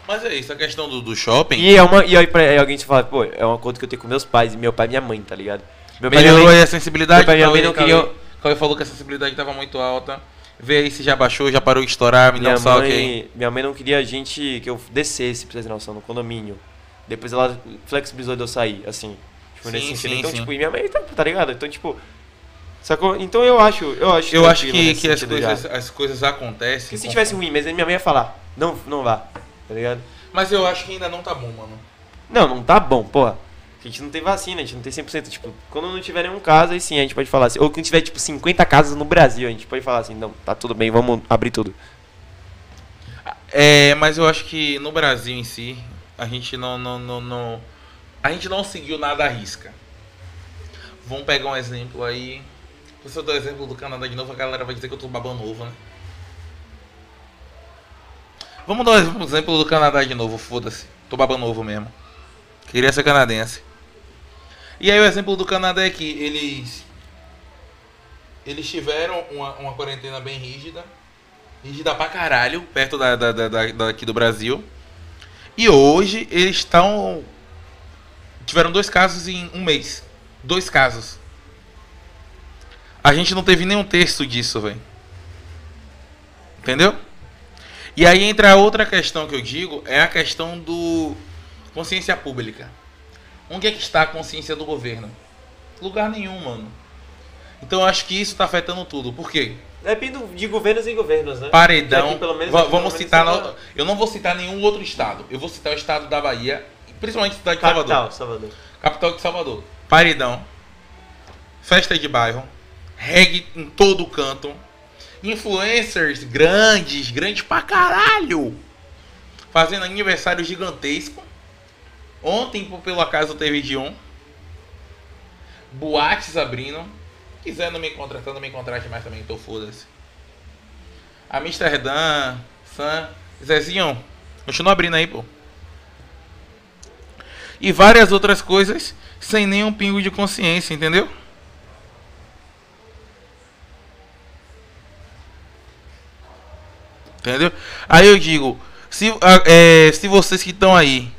Mas é isso, a questão do, do shopping.
E, é uma, e aí, pra, aí alguém te fala, pô, é um acordo que eu tenho com meus pais, e meu pai e minha mãe, tá ligado? Meu pai e minha
Melhorou
mãe-
aí a sensibilidade.
meu pai e minha mãe não
Cauê-
queriam-
Cauê falou que a sensibilidade tava muito alta. Vê aí se já baixou, já parou de estourar, me dá
Minha
um salve aí.
mãe, é minha mãe não queria a gente que eu descesse, pra vocês terem noção, no condomínio. Depois ela flexibilizou de eu sair, assim. Tipo,
Sim,
nesse sentido.
sim,
então,
sim.
tipo, e minha mãe tá, tá ligado? Então, tipo. Sacou? Então eu acho, eu acho.
Eu acho
tranquilo
que,
nesse
que as,
sentido já.
coisas, as coisas acontecem.
Porque se
com-
tivesse ruim, mas aí minha mãe ia falar, não, não vá, tá ligado?
Mas eu acho que ainda não tá bom, mano.
Não, não tá bom, porra. Que A gente não tem vacina, a gente não tem 100%. Tipo, quando não tiver nenhum caso, aí sim a gente pode falar assim. Ou quando tiver, tipo, 50 casos no Brasil, a gente pode falar assim: não, tá tudo bem, vamos abrir tudo.
É, mas eu acho que no Brasil em si, a gente não, não, não, não- a gente não seguiu nada à risca. Vamos pegar um exemplo aí. Se eu dar o exemplo do Canadá de novo, a galera vai dizer que eu tô babando ovo, né? Vamos dar um exemplo do Canadá de novo, foda-se. Tô babando ovo mesmo. Queria ser canadense. E aí o exemplo do Canadá é que eles... Eles tiveram uma, uma quarentena bem rígida. Rígida pra caralho, perto da, da, da, da- daqui do Brasil. E hoje eles estão. Tiveram dois casos em um mês. Dois casos. A gente não teve nenhum texto disso, velho. Entendeu? E aí entra a outra questão que eu digo, é a questão do consciência pública. Onde é que está a consciência do governo? Lugar nenhum, mano. Então eu acho que isso tá afetando tudo. Por quê?
Depende É de governos em governos, né?
Paredão.
Aqui, pelo menos,
Va-
aqui, pelo
vamos
menos,
citar.
tá-
na- eu não vou citar nenhum outro estado. Eu vou citar o estado da Bahia, e principalmente a cidade de Salvador.
Capital, Salvador.
Capital de Salvador. Paredão. Festa de bairro. Reggae em todo canto. Influencers grandes, grandes pra caralho. Fazendo aniversário gigantesco. Ontem, por pelo acaso, teve de um. Boates abrindo. Quiser não me contratar, não me contrate mais também, tô foda-se. Amsterdã, Sam. Zezinho, continua abrindo aí, pô e várias outras coisas sem nenhum pingo de consciência, entendeu? Entendeu? Aí eu digo, se, a- é, se vocês que estão aí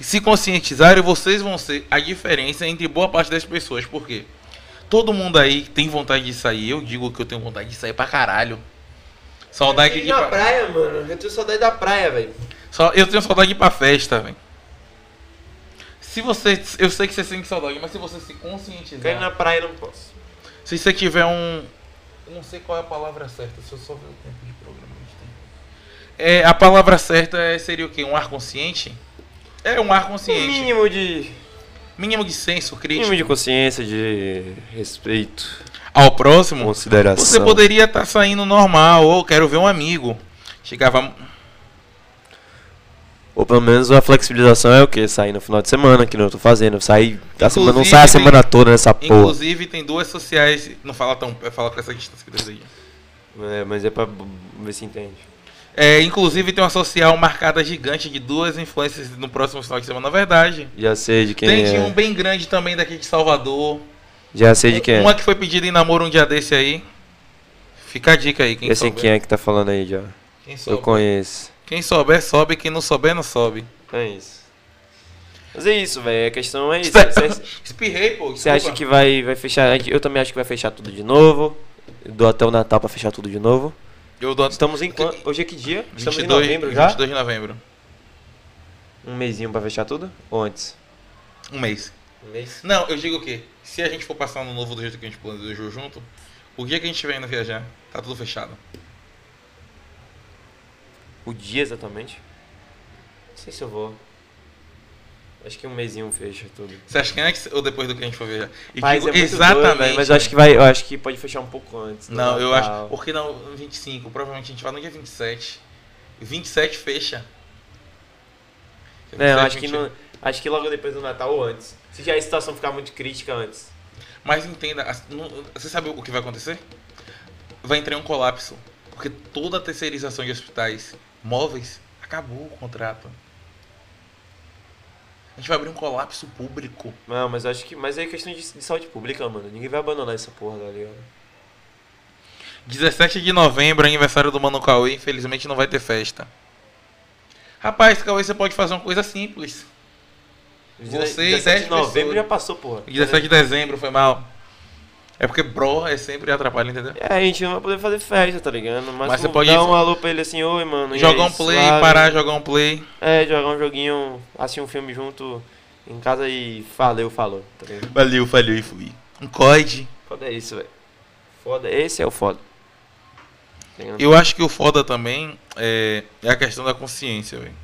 se conscientizarem, vocês vão ser a diferença entre boa parte das pessoas, porque todo mundo aí tem vontade de sair, eu digo que eu tenho vontade de sair pra caralho. Saudade de
na
pra-
praia, mano. Eu tenho saudade da praia, velho.
só, eu tenho saudade de ir pra festa, velho. Se você. Eu sei que você sente saudade, mas se você se
Quero ir
conscientizar.
na praia, não posso.
Se você tiver um. eu Não sei qual é a palavra certa, se eu só ver o tempo de programa que a gente tem. É, a palavra certa é- seria o quê? Um ar consciente? É um ar
Um
consciente. Mínimo,
mínimo de.
de senso crítico.
Mínimo de consciência, de respeito,
Ao próximo,
consideração.
Hum. você poderia estar saindo normal, ou quero ver um amigo. Chegava.
Ou pelo menos a flexibilização é o que? Sair no final de semana, que não eu tô fazendo. Sair. A semana, não
Inclusive,
sai a
tem-
semana toda nessa porra.
Inclusive, tem duas sociais. Não fala tão. Fala com essa distância que eu desenho.
É, mas é pra b- ver se entende.
É, inclusive tem uma social marcada gigante de duas influências no próximo final de semana, na verdade.
Já sei de quem
tem de
é.
um bem grande também daqui de Salvador.
Já sei de quem
Uma
é.
que foi pedida em namoro um dia desse aí. Fica a dica aí, quem
Eu sei
souber.
quem é que tá falando aí já.
Quem
Eu
souber.
conheço.
Quem souber, sobe, quem não souber, não sobe.
É isso. Mas é isso, velho. A questão é isso.
Espirrei, pô.
Você acha que vai, vai fechar? a gente- Eu também acho que vai fechar tudo de novo. Eu dou até o Natal pra fechar tudo de novo.
Eu dou
Estamos em.
Que-
quan- Hoje é que dia? Estamos
22,
em novembro já?
22 de novembro.
Um mesinho pra fechar tudo? Ou antes?
Um mês.
Um mês.
Não, eu digo o quê? Se a gente for passar no novo do jeito que a gente planejou junto, o dia que a gente estiver indo viajar, tá tudo fechado.
O dia exatamente? Não sei se eu vou. Acho que um mesinho fecha tudo.
Você acha que antes ou depois do que a gente for viajar? E
Mas
digo
é muito doido,
exatamente.
velho, mas eu acho que vai. Eu acho que pode fechar um pouco antes. do
Não, eu
Natal.
acho. Porque não, 25, provavelmente a gente vai no dia 27. 27 fecha.
Não, É, eu acho
27,
que
28.
não. Acho que logo depois do Natal ou antes. Se já a situação ficar muito crítica antes.
Mas entenda, as- não- você sabe o que vai acontecer? Vai entrar em um colapso. Porque toda a terceirização de hospitais móveis acabou o contrato. A gente vai abrir um colapso público.
Não, mas eu acho que. Mas é questão de, de saúde pública, mano. Ninguém vai abandonar essa porra, tá ligado?
17 de novembro, aniversário do Mano Cauê, infelizmente não vai ter festa. Rapaz, Cauê, você pode fazer uma coisa simples. Você e
17
dez
de novembro
pessoas.
já passou, porra.
17 de dezembro foi mal. É porque bro é sempre atrapalha, entendeu?
É, a gente não vai poder fazer festa, tá ligado? Mas,
Mas você
vou
pode-
dar um alô pra ele assim, oi, mano. e
Jogar
aí,
um play,
suave?"
parar, jogar um play.
É, jogar um joguinho, assistir um filme junto em casa e valeu, falou, tá ligado?
Valeu, falhou e fui. Um COD.
Foda é isso, velho. Foda, esse é o foda. Tá ligado?
Eu acho que o foda também é, é a questão da consciência, velho.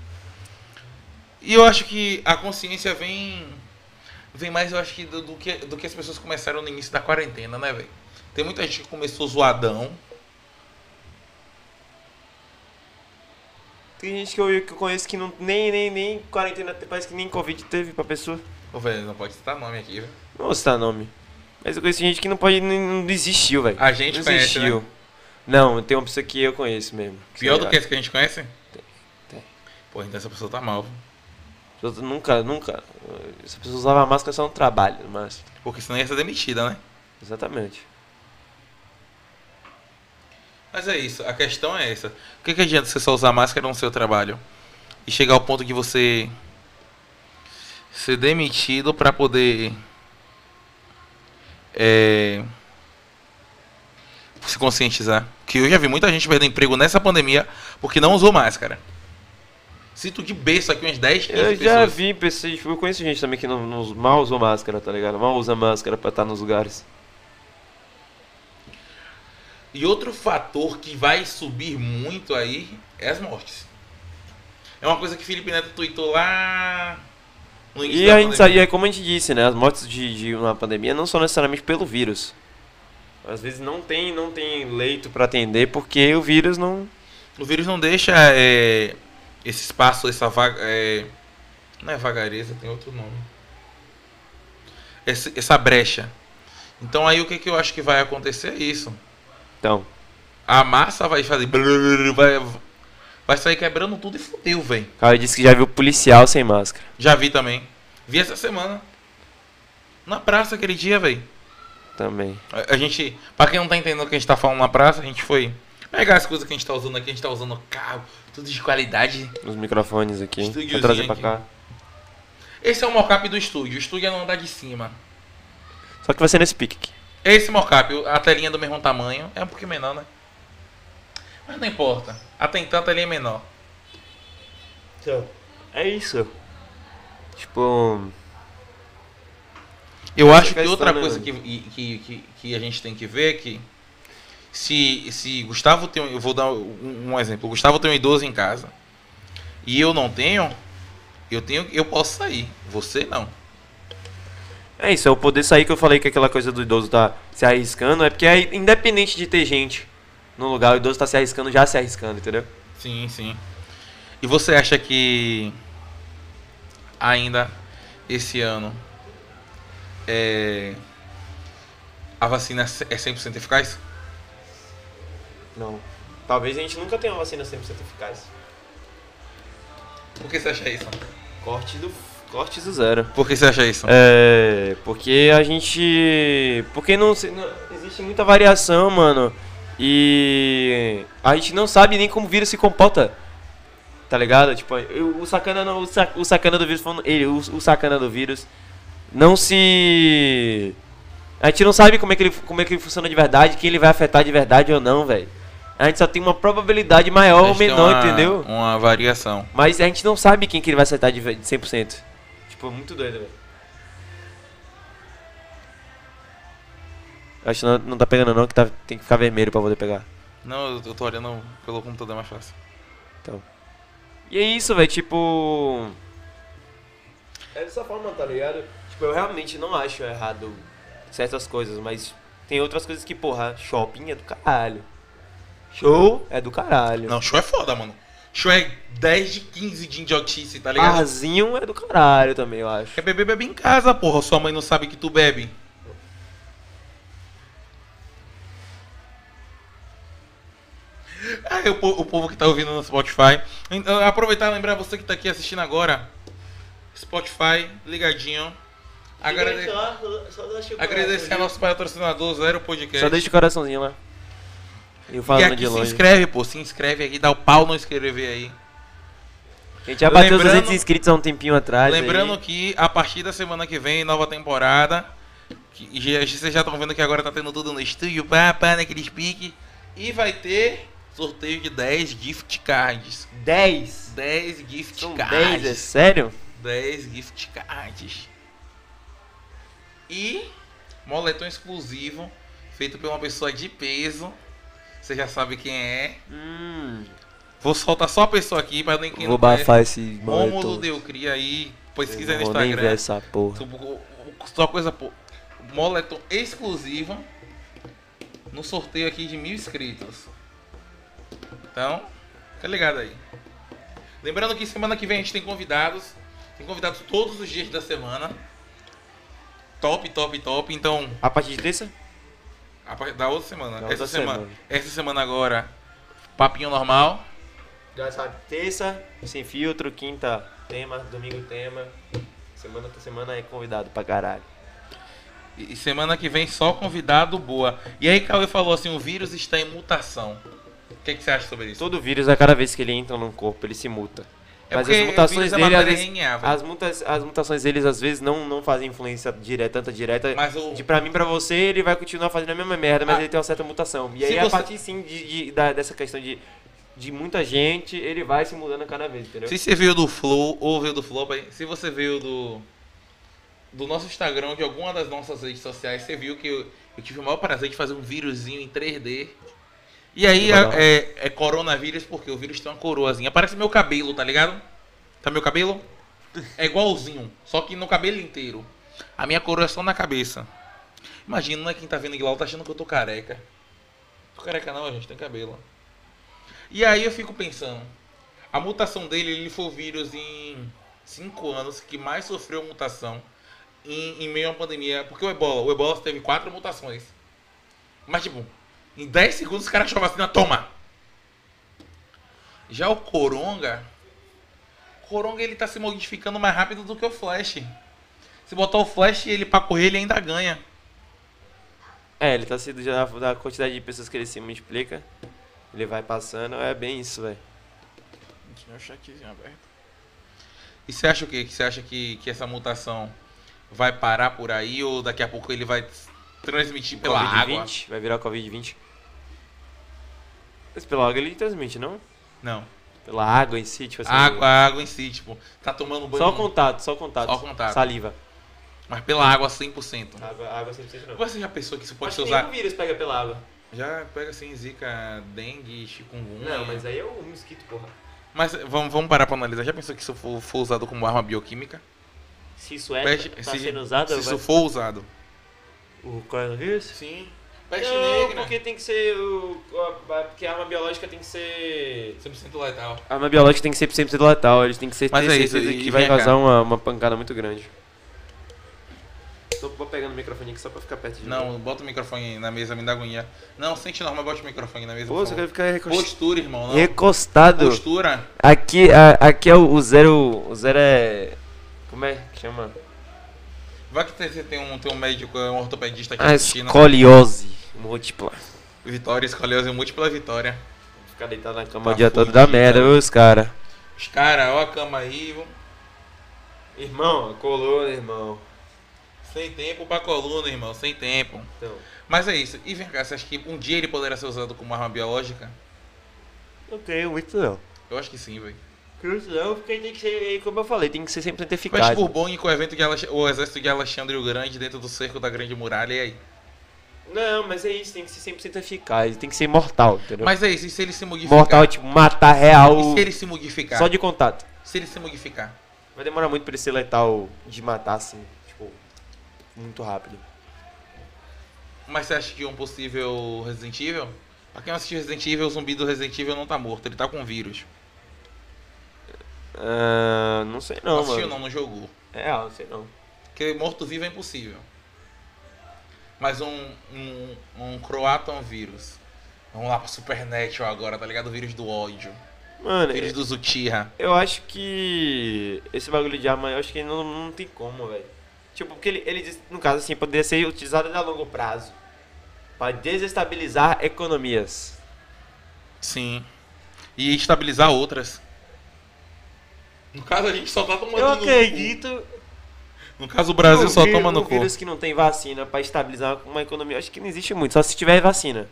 E eu acho que a consciência vem vem mais, eu acho que do, do que do que as pessoas começaram no início da quarentena, né, velho? Tem muita gente que começou zoadão.
Tem gente que eu, que eu conheço que não, nem, nem, nem quarentena, parece que nem Covid teve pra pessoa.
Ô, velho, não pode citar nome aqui, velho.
Não vou citar nome. Mas eu conheço gente que não pode, nem- não desistiu, velho.
A gente
não
conhece,
desistiu.
né?
Não, tem uma pessoa que eu conheço mesmo.
Pior
sei
do
lá.
que esse que a gente conhece?
tem.
Pô, então essa pessoa tá mal. viu?
Eu Nunca, nunca. Essa pessoa usava máscara só no trabalho, mas.
Porque senão ia ser demitida, né?
Exatamente.
Mas é isso, a questão é essa. O que, que adianta você só usar máscara no seu trabalho? E chegar ao ponto de você ser demitido pra poder é, se conscientizar. Que eu já vi muita gente perdendo emprego nessa pandemia porque não usou máscara. Cito de besta aqui umas 10, 15
Eu
pessoas.
já vi pessoas, tipo, eu conheço gente também que não, não us- mal usou máscara, tá ligado? Mal usa máscara pra estar nos lugares.
E outro fator que vai subir muito aí é as mortes. É uma coisa que Felipe Neto tweetou lá. No início
E
da
a gente
pandemia.
sabia, como a gente disse, né? As mortes de, de uma pandemia não são necessariamente pelo vírus. Às vezes não tem, não tem leito pra atender porque o vírus não.
O vírus não deixa é, esse espaço, essa vaga. é, não é vagareza, tem outro nome. Esse- essa brecha. Então aí o que, que eu acho que vai acontecer é isso.
Então,
A massa vai fazer. brrr, Vai, vai sair quebrando tudo e fudeu, velho.
o cara disse que já viu policial sem máscara.
Já vi também. Vi essa semana. Na praça aquele dia, velho.
Também.
A a gente, pra quem não tá entendendo o que a gente tá falando na praça, a gente foi pegar as coisas que a gente tá usando aqui, a gente tá usando carro, tudo de qualidade.
Os microfones aqui. Vou
Estúdiozinho
trazer pra
aqui.
cá.
Esse é o mockup do estúdio, o estúdio é no andar de cima.
Só que vai ser nesse pique aqui.
Esse mockup, a telinha é do mesmo tamanho, é um pouquinho menor, né? Mas não importa, até então a telinha é menor.
É isso. Tipo.
Eu acho que é
questão,
outra
né,
coisa que,
mano?
que, que, que a gente tem que ver é que se, se Gustavo tem. Eu vou dar um, um exemplo. Gustavo tem um idoso em casa e eu não tenho, eu tenho. Eu posso sair. Você não.
É isso, é o poder sair que eu falei que aquela coisa do idoso tá se arriscando, é porque é independente de ter gente no lugar, o idoso tá se arriscando, já se arriscando, entendeu?
Sim, sim. E você acha que ainda esse ano é, a vacina é 100% eficaz?
Não. Talvez a gente nunca tenha uma vacina 100% eficaz.
Por que você acha isso?
Corte do. Corte do zero.
Por que você acha isso?
É. Porque a gente. Porque não, se- não- Existe muita variação, mano. E. A gente não sabe nem como o vírus se comporta. Tá ligado? Tipo, eu- o sacana, não- o, sa- o sacana do vírus falando. Ele, o, o sacana do vírus. Não se. A gente não sabe como é que ele, como é que ele funciona de verdade, quem ele vai afetar de verdade ou não, velho. A gente só tem uma probabilidade maior ou
Eles têm
menor,
uma-
entendeu?
Uma variação.
Mas a gente não sabe quem que ele vai acertar de ve- de 100%. Tipo, é muito doido, velho. Acho que não, não tá pegando não, que tá- tem que ficar vermelho pra poder pegar.
Não, eu- eu tô olhando pelo computador é mais fácil.
E é isso, velho, tipo... É dessa forma, tá ligado? Tipo, eu realmente não acho errado certas coisas, mas tem outras coisas que, porra, shopping é do caralho. Show é do caralho.
Não, show é foda, mano. Show é 10 de 15 de idiotice, tá ligado? É
Barzinho é do caralho também, eu acho.
Quer beber, bebe em casa, porra. Sua mãe não sabe que tu bebe. Ah, e o, po- o povo que tá ouvindo no Spotify. Então, aproveitar e lembrar você que tá aqui assistindo agora. Spotify, ligadinho. Agrade... Agradecer ao nosso patrocinador, Zero Podcast.
Só deixa um o coraçãozinho lá. Eu
E
falando
aqui
de
se
longe.
inscreve, pô. Se inscreve aí, dá o pau não escrever aí.
A gente já bateu
Lembrando-
200 inscritos há um tempinho atrás.
Lembrando
aí.
que a partir da semana que vem, nova temporada. Que, e já- vocês já estão vendo que agora tá tendo tudo no estúdio, pá, pá, naqueles piques. E vai ter sorteio de 10 gift cards.
10.
10 gift
São 10, é
cards.
sério?
10 gift cards. E moletom exclusivo, feito por uma pessoa de peso. Você já sabe quem é.
Hum.
Vou soltar só a pessoa aqui pra nem quem
Vou
não conhece.
bafar esse
Rômulo
moletom.
Deucria aí, pesquisa
Não
no
vou nem
Instagram.
ver essa porra.
O, o só coisa pouca. Moletom exclusiva no sorteio aqui de mil inscritos. Então, fica ligado aí. Lembrando que semana que vem a gente tem convidados. Tem convidados todos os dias da semana. Top, top, top. Então,
A partir de terça?
a par- da outra semana.
Da
essa
outra
semana.
semana.
Essa semana agora, papinho normal.
Já sabe, terça, sem filtro, quinta, tema, domingo, tema. Semana por semana é convidado pra caralho.
E e semana que vem só convidado boa. E aí Cauê falou assim, o vírus está em mutação. O que, que você acha sobre isso?
Todo vírus, a cada vez que ele entra no corpo, ele se muta.
É
Mas
porque
as mutações
vírus é
dele, às
matéria
vezes,
RNA, velho.
as, mutas, as mutações deles às vezes não, não fazem influência direta, tanta direta.
Mas o-
De pra mim, pra você, ele vai continuar fazendo a mesma merda, mas
Ah.
ele tem uma certa mutação. E
Se
aí, a
você-
partir sim de, de- da- dessa questão de, de muita gente, ele vai se mudando a cada vez, entendeu?
Se você veio do Flow ou veio do Flop, aí, se você veio do do nosso Instagram, de alguma das nossas redes sociais, você viu que eu, eu tive o maior prazer de fazer um vírusinho em 3D. E aí
Que
a-
legal.
é, é coronavírus porque o vírus tem uma coroazinha. Parece meu cabelo, tá ligado? Tá meu cabelo? É igualzinho, só que no cabelo inteiro. A minha coroa é só na cabeça. Imagina, né, quem tá vendo Glau tá achando que eu tô careca. Tô careca não, gente, tem cabelo. E aí eu fico pensando, a mutação dele, ele foi o vírus em 5 anos que mais sofreu mutação em, em meio à pandemia. Porque o ebola, o ebola teve quatro mutações. Mas tipo, em 10 segundos os caras acham a vacina, toma! Já o Coronga, o Coronga ele tá se modificando mais rápido do que o Flash. Se botar o Flash ele pra correr, ele ainda ganha.
É, ele tá sendo já da quantidade de pessoas que ele se multiplica. Ele vai passando, é bem isso, velho.
Tinha o chatzinho aberto. E você acha o quê? Que você acha que, que essa mutação vai parar por aí ou daqui a pouco ele vai transmitir pela água?
Covid-20, vai virar o Covid-20. Mas pela água ele transmite, não?
Não.
Pela água em si, tipo assim. um
água, a água em si, tipo, tá tomando banho.
Só o contato, só o contato.
Só o contato.
Saliva.
Mas pela água 100%.
Água, água sem não.
Você já pensou que isso pode
Acho
ser
que
usado?
nenhum vírus pega pela água.
Já pega assim, zika, dengue, chikungunya.
Não, mas aí é o mosquito, porra.
Mas vamos, vamos parar pra analisar. Já pensou que isso for, for usado como arma bioquímica?
Se isso é,
Peste-
tá
se,
sendo usado,
se
vai-
isso for usado.
o coronavírus?
Sim.
Não,
né?
porque tem que ser o... a- a- Porque a arma biológica tem que ser...
100% letal.
A arma biológica tem que ser 100% letal, eles têm que ser
Mas
ter
é isso,
certeza
e
que vai
vem cá.
causar uma, uma pancada muito grande. Tô vou pegando o microfone aqui só pra ficar perto de mim.
Não, bota o microfone na mesa, me dá agonia. Não, sente normal, bota o microfone na mesa.
Pô,
por
você
favor.
quer ficar recost...
Postura, irmão. Não.
recostado.
Postura.
Aqui, a- aqui é o, o zero... O zero é... Como é que chama?
Vai que você tem um, tem um médico, um ortopedista aqui
A
assistindo.
escoliose múltula.
Vitória, escolheu é e múltipla vitória.
Ficar deitado na cama né?
Tá
o dia todo dá
fudido.
merda, viu, os cara?
Os caras, ó a cama aí, viu?
Irmão, colou, irmão.
sem tempo pra coluna, irmão, sem tempo.
Então,
Mas é isso. E vem cá, você acha que um dia ele poderá ser usado como arma biológica?
não tenho muito não.
Eu acho que sim, velho.
Cruz não, porque tem que ser, é como eu falei, tem que ser 100%
Peste
eficaz.
Bourbônica, o, evento de Alex- o exército de Alexandre o Grande dentro do cerco da Grande Muralha, e aí?
Não, mas é isso, tem que ser 100% eficaz, tem que ser mortal, entendeu?
Mas é isso, e se ele se modificar?
mortal, tipo, matar real,
E se ele se modificar?
só de contato.
Se ele se modificar?
Vai demorar muito pra ele ser letal de matar, assim, tipo, muito rápido.
Mas você acha que um possível Resident Evil? Pra quem não assistiu Resident Evil, o zumbi do Resident Evil não tá morto, ele tá com vírus.
Ah, não sei
Não
não,
assistiu,
mano.
não, não jogou.
É, ah, não sei não.
Porque morto-vivo é impossível. Mas um, um, um Croatan vírus. Vamos lá pro Supernatural agora, tá ligado? O vírus do ódio.
Mano,
Vírus do Zutirra.
Eu acho que esse bagulho de arma, eu acho que não, não tem como, velho. Tipo, porque ele, ele diz, no caso assim, poderia ser utilizado a longo prazo. Pra desestabilizar economias.
Sim. E estabilizar outras. No caso, a gente só tá tomando
eu
no cu.
acredito.
No caso, o Brasil só
vi-
toma no
um
cu.
vírus que não tem vacina pra estabilizar uma economia. eu Acho que não existe muito, só se tiver vacina.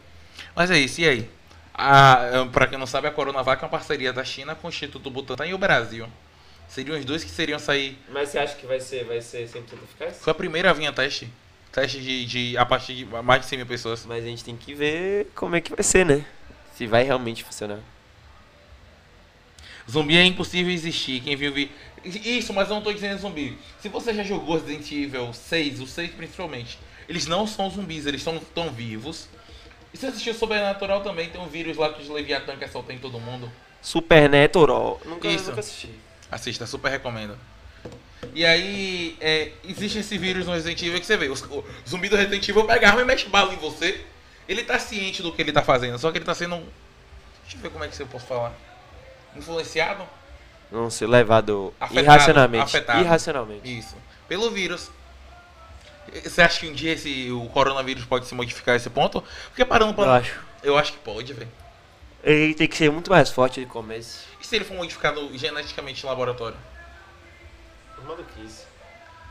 Mas é isso, e aí? A, pra quem não sabe, a Coronavac é uma parceria da China com o Instituto Butantan e o Brasil. Seriam os dois que seriam sair.
Mas você acha que vai ser, vai ser 100% eficaz?
Foi a primeira a vir a teste. Teste de, de- a partir de mais de 100 mil pessoas.
Mas a gente tem que ver como é que vai ser, né? Se vai realmente funcionar.
Zumbi é impossível existir. Quem viu. vi- Isso, mas eu não tô dizendo zumbi. Se você já jogou Resident Evil 6, o 6 principalmente, eles não são zumbis, eles estão tão vivos. E se você assistiu Sobrenatural também, tem um vírus lá que os Leviatã que assaltam em todo mundo.
Supernatural. Nunca,
Isso.
nunca assisti.
Assista, super recomendo. E aí, é, existe esse vírus no Resident Evil que você vê. os- O, zumbi do Resident Evil pega arma e mexe bala em você. Ele tá ciente do que ele tá fazendo, só que ele tá sendo. um- Deixa eu ver como é que eu posso falar. Influenciado?
Não sei, levado
Afetado,
irracionalmente.
afetado.
Irracionalmente.
Isso. Pelo vírus. Você acha que um dia esse, o coronavírus pode se modificar a esse ponto? Porque parando pra.
Eu acho.
Eu acho que pode, velho.
Ele tem que ser muito mais forte de começo.
E se ele for modificado geneticamente em laboratório?
Maluquice.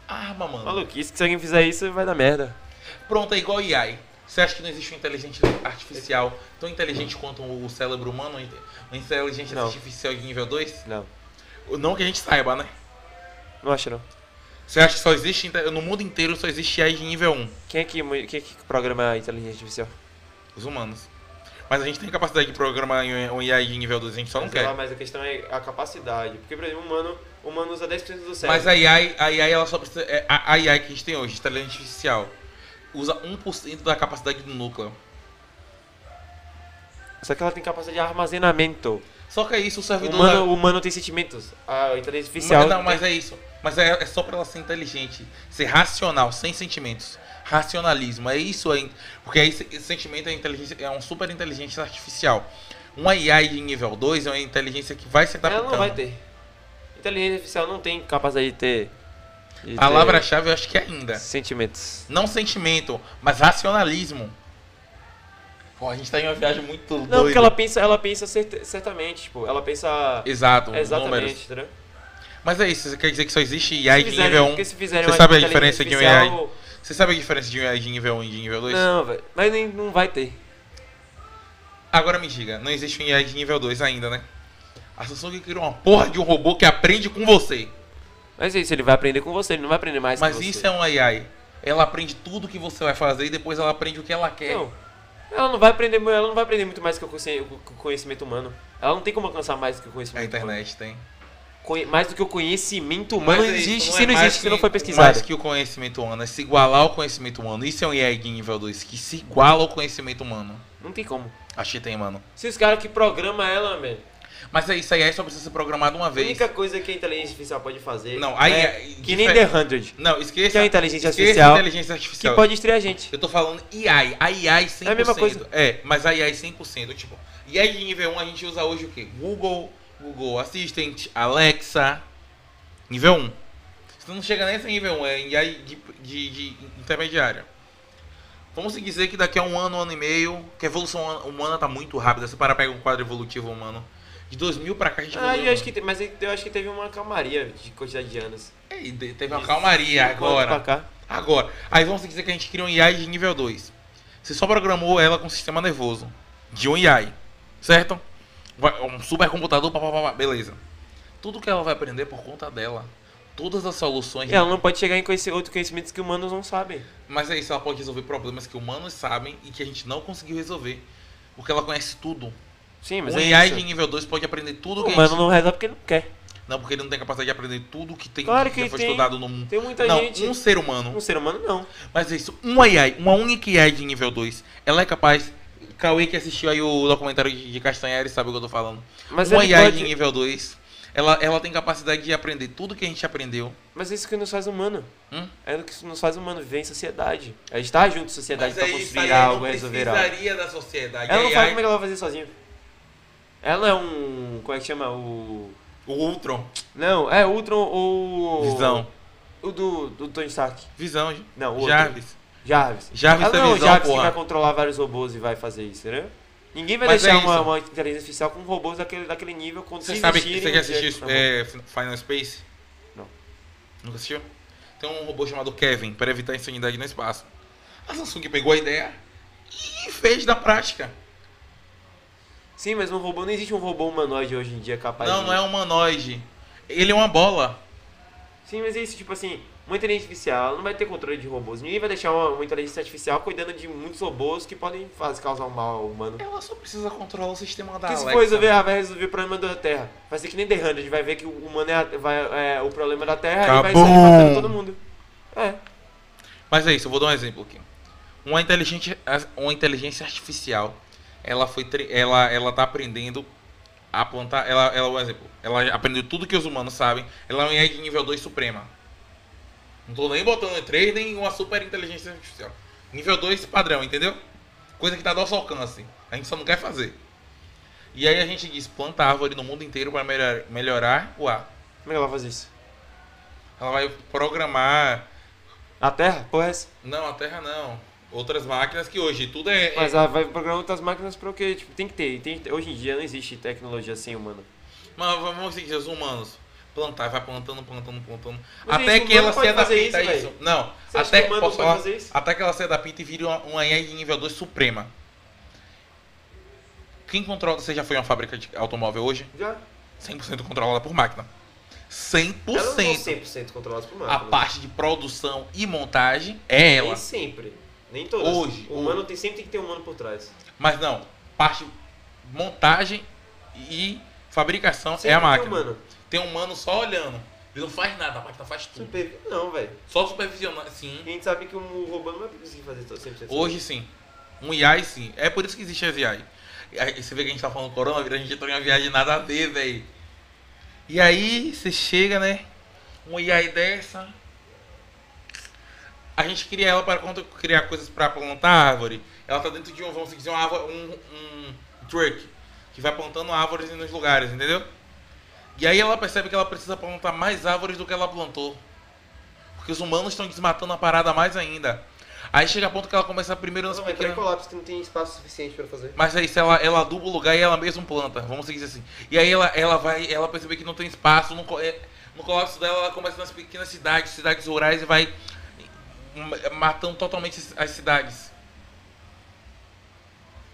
Arma, mano.
Maluquice, que se alguém fizer isso, vai dar merda.
Ah, Pronto, é igual AI. Você acha que não existe um inteligente artificial tão inteligente quanto o cérebro humano? um inte- Uma inteligência
Não.
artificial de nível 2?
Não,
Não que a gente saiba, né?
não acho não.
Você acha que só existe. inte- No mundo inteiro só existe AI de nível 1,
Quem é que, mu- quem é que programa a inteligência artificial?
os humanos. Mas a gente tem capacidade de programar um um AI de nível 2, a gente só não
Mas, sei lá,
quer.
mas a questão é a capacidade. Porque, por exemplo, o humano, o humano usa 10% do
Mas
cérebro.
a AI, a AI ela só precisa. é, A a AI que a gente tem hoje, inteligência artificial, usa 1% da capacidade do núcleo.
Só que ela tem capacidade de armazenamento.
Só que é isso, o
O
servidor.
humano, o humano tem sentimentos. A inteligência artificial.
Mas, não, mas é isso. Mas é, é só pra ela ser inteligente, ser racional, sem sentimentos. Racionalismo, é isso aí. Porque aí esse sentimento é, inteligência, é um super inteligência artificial. Uma AI de nível 2 é uma inteligência que vai se
ela
adaptando.
não vai ter. Inteligência artificial não tem capacidade de ter. de ter
Palavra-chave eu acho que é ainda.
Sentimentos.
Não sentimento, mas racionalismo. Pô, a gente tá em uma viagem muito
Não,
doida.
porque ela pensa, ela pensa certe- certamente, tipo, ela pensa
Exato, um números.
exatamente, entendeu?
Mas é isso, você quer dizer que só existe
Se
AI de
fizerem-
nível 1.
porque se fizerem
Você
uma
sabe a
inteligência
diferença de um
artificial-
Você sabe a diferença de um AI de nível 1 e de nível 2?
Não, velho, mas nem, não vai ter.
Agora me diga, não existe um AI de nível 2 ainda, né? A Samsung criou uma porra de um robô que aprende com você.
Mas é isso, ele vai aprender com você, ele não vai aprender mais
Mas
com
isso
você.
é um AI. Ela aprende tudo que você vai fazer e depois ela aprende o que ela quer.
Não. Ela não vai aprender, mu- ela não vai aprender muito mais que o conhe- o conhecimento humano. Ela não tem como alcançar mais do que o
É a
conhecimento humano.
internet tem.
Conhe- mais do que o conhecimento humano
Mas é isso,
existe,
é
se não
mais
existe, se
que-
não foi
Mais
pesquisado.
que o conhecimento humano, é se igualar ao conhecimento humano. Isso é um AI de nível 2, que se iguala ao conhecimento humano.
Não tem como.
Achei tem, mano.
Se os caras que programam ela, man,
Mas é isso, a AI só precisa ser programado uma
a
vez.
única coisa que a inteligência artificial pode fazer
Não, aí
é
é-
que nem The
difer-
100,
Não, esqueça.
Que é a inteligência
esqueça a
artificial,
inteligência
que
artificial.
pode estrear a gente.
Eu tô falando AI, a AI 100%.
É a mesma coisa.
É, mas a AI 100%, tipo, AI de nível 1 a gente usa hoje o quê? Google, Google Assistant, Alexa, nível 1. Você não chega nesse nível 1, é em AI de, de, de intermediária. Vamos dizer que daqui a um ano, um ano e meio, que a evolução humana tá muito rápida, você para pega um quadro evolutivo humano. De 2000 pra cá a gente
Ah,
evoluiu
eu acho que,
muito.
te- mas eu acho que teve uma calmaria de quantidade de anos.
É, e de- teve uma calmaria
De quanto
agora.
Pra cá.
Agora, aí vamos dizer que a gente cria um AI de nível 2. Você só programou ela com um sistema nervoso. De um AI. Certo? Vai- Um supercomputador, papapá, beleza. Tudo que ela vai aprender é por conta dela. Todas as soluções.
E É, ela não pode chegar em conhecer outros conhecimentos que humanos não sabem.
Mas é isso, ela pode resolver problemas que humanos sabem e que a gente não conseguiu resolver. Porque ela conhece tudo.
Sim, mas
um
é
AI
isso.
de nível 2 pode aprender tudo
O
que a
humano
gente-
não resolve porque não quer.
Não, porque ele não tem capacidade de aprender tudo que tem
Claro
já
que
foi
tem.
estudado no mundo.
Tem muita
não,
gente.
um ser humano.
Um ser humano não.
Mas é isso, uma AI, uma única AI de nível 2, ela é capaz. Cauê que assistiu aí o documentário de de Castanheira sabe o que eu tô falando.
Mas
uma
ele
AI de
pode-
nível 2, ela, ela tem capacidade de aprender tudo que a gente aprendeu.
Mas é isso que nos faz humano.
Hum?
É o que nos faz humano viver em sociedade. A gente tá junto em sociedade pra construir algo, resolver algo.
da sociedade.
Ela não sabe como é que ela vai fazer sozinha. Ela é um. Como é que chama? O.
O Ultron.
Não, é Ultron ou.
Visão.
O do, do Tony Stark.
Visão. j-
Não, o outro.
Jarvis.
Jarvis.
Jarvis
ela
tem
não é o
visão,
Jarvis
porra.
que vai controlar vários robôs e vai fazer isso, entendeu? Ninguém vai
Mas
deixar
é
uma,
isso.
uma inteligência artificial com robôs daquele, daquele nível quando
Você
se
sabe que
existirem
você quer
um dia
assistir
que-
é, Final Space?
Não.
Nunca assistiu? Tem um robô chamado Kevin para evitar insanidade no espaço. A Samsung pegou a ideia e fez na prática.
Sim, mas um robô não existe um robô humanoide hoje em dia capaz
Não,
de...
não é um humanoide. Ele é uma bola.
Sim, mas é isso, tipo assim, Uma inteligência artificial ela não vai ter controle de robôs. Ninguém vai deixar uma, uma inteligência artificial cuidando de muitos robôs que podem fazer, causar um mal ao humano.
Ela só precisa controlar o sistema da
Porque se
Alexa.
for resolver, ah, vai resolver o problema da Terra. Vai ser que nem The 100, a gente vai ver que o humano é, a- vai- é o problema da Terra e vai sair
Cabum!
matando todo mundo. É.
Mas é isso, eu vou dar um exemplo aqui. Uma inteligência, uma inteligência artificial, ela foi tre- ela ela tá aprendendo a plantar, ela ela um exemplo, ela aprendeu tudo que os humanos sabem, ela é uma IA de nível 2 suprema. Não tô nem botando em 3 nem uma super inteligência artificial. Nível 2 padrão, entendeu? Coisa que tá do nosso alcance. A gente só não quer fazer. E aí a gente diz, planta árvore no mundo inteiro para melhorar, melhorar o ar.
Como é que ela vai fazer isso?
Ela vai programar
A Terra? Porra, é essa?
Não, a Terra não. Outras máquinas que hoje tudo é.
Mas
é-
ela vai programar outras máquinas pra o quê? Tipo, tem que ter. Tem que ter. Hoje em dia não existe tecnologia sem humano.
Mas vamos seguir os humanos. Plantar, vai plantando, plantando, plantando.
Mas,
até
gente,
que ela
humano
se
pode fazer
adapta
isso,
a
velho?
isso. Não,
Você acha
até,
que humano
posso
pode
falar?
fazer isso?
até que ela se adapta e vire uma, uma IA de nível 2 suprema. Quem controla, você já foi a uma fábrica de automóvel hoje?
Já?
100% controlada por máquina. 100%.
Elas não são 100% controladas por
A
máquinas.
parte de produção e montagem é
Nem
ela.
sempre. Nem todas.
Hoje,
O humano tem, sempre tem que ter um humano por trás.
Mas não, parte montagem e fabricação
Sempre
é a
Tem um
máquina.
humano.
Tem um mano só olhando. Ele não faz nada, a máquina faz tudo.
Super... Não, velho.
Só supervisionando.
E
Sim.
a gente sabe que um robô não vai conseguir fazer to- 100%
Hoje sim. Um IAI sim. É por isso que existe as IAI. E aí, Você vê que a gente tá falando coronavírus, a gente entrou em uma viagem nada a ver, velho. E aí você chega, né? Um IAI dessa. A gente cria ela para conta- criar coisas para plantar árvore. Ela tá dentro de um, vamos dizer, uma árvore, um, um truck que vai plantando árvores nos lugares, entendeu? E aí ela percebe que ela precisa plantar mais árvores do que ela plantou. Porque os humanos estão desmatando a parada mais ainda. Aí chega a ponto que ela começa primeiro
Não,
nas
vai criar
pequenas.
colapso que não tem espaço suficiente pra fazer.
Mas aí se ela, ela aduba o lugar e ela mesma planta, vamos dizer assim. E aí ela, ela vai, ela percebe que não tem espaço, no, co- é, no colapso dela ela começa nas pequenas cidades, cidades rurais e vai ma- matando totalmente as cidades.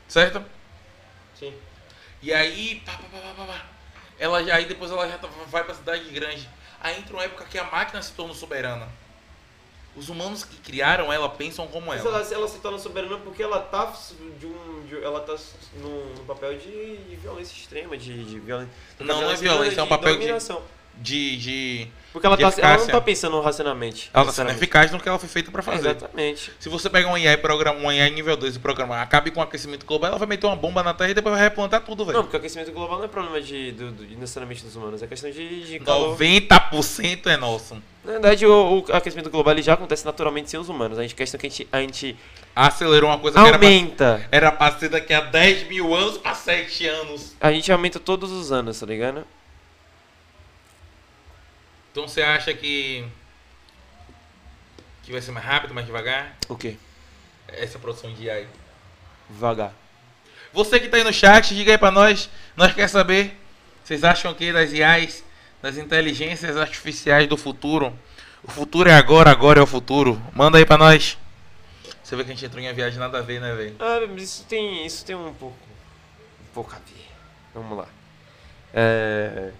Certo?
Sim.
E aí, pá, pá, pá, pá, pá, pá. Ela já, aí depois ela já tá- vai pra cidade grande. Aí entra uma época que a máquina se torna soberana. Os humanos que criaram ela pensam como
Mas
ela.
ela, ela se torna soberana porque ela tá de um. de- ela tá num, num papel de, de violência extrema, de, de violência.
Não, não é
de-
violência, é um papel de-
dominação.
De, de...
Porque ela,
de
tá, ela não
eficácia.
tá pensando racionalmente.
Ela tá sendo
sinceramente.
eficaz né? no que ela foi feita pra fazer.
Exatamente.
Se você pegar uma IA e programar uma IA nível 2 e programar, acabe com o aquecimento global, ela vai meter uma bomba na Terra e depois vai replantar tudo,
Não,
velho.
porque o aquecimento global não é problema de, do, do- de necessariamente dos humanos, é questão de, de calor.
90% é nosso.
Na verdade, o, o aquecimento global ele já acontece naturalmente sem os humanos. A gente questão que a gente, a gente
Acelerou uma coisa que era pra,
aumenta.
era pra ser daqui a 10 mil anos pra 7 anos.
A gente aumenta todos os anos, tá ligado?
Então você acha que. que vai ser mais rápido, mais devagar?
O quê?
Essa produção de IA aí.
Vagar.
Você que tá aí no chat, diga aí pra nós. Nós quer saber. Vocês acham que das IAs, das inteligências artificiais do futuro? O futuro é agora, agora é o futuro. Manda aí pra nós. Você vê que a gente entrou em uma viagem nada a ver, né, velho?
Ah, mas isso tem, isso tem um pouco. Um pouco a ver. Vamos lá. É.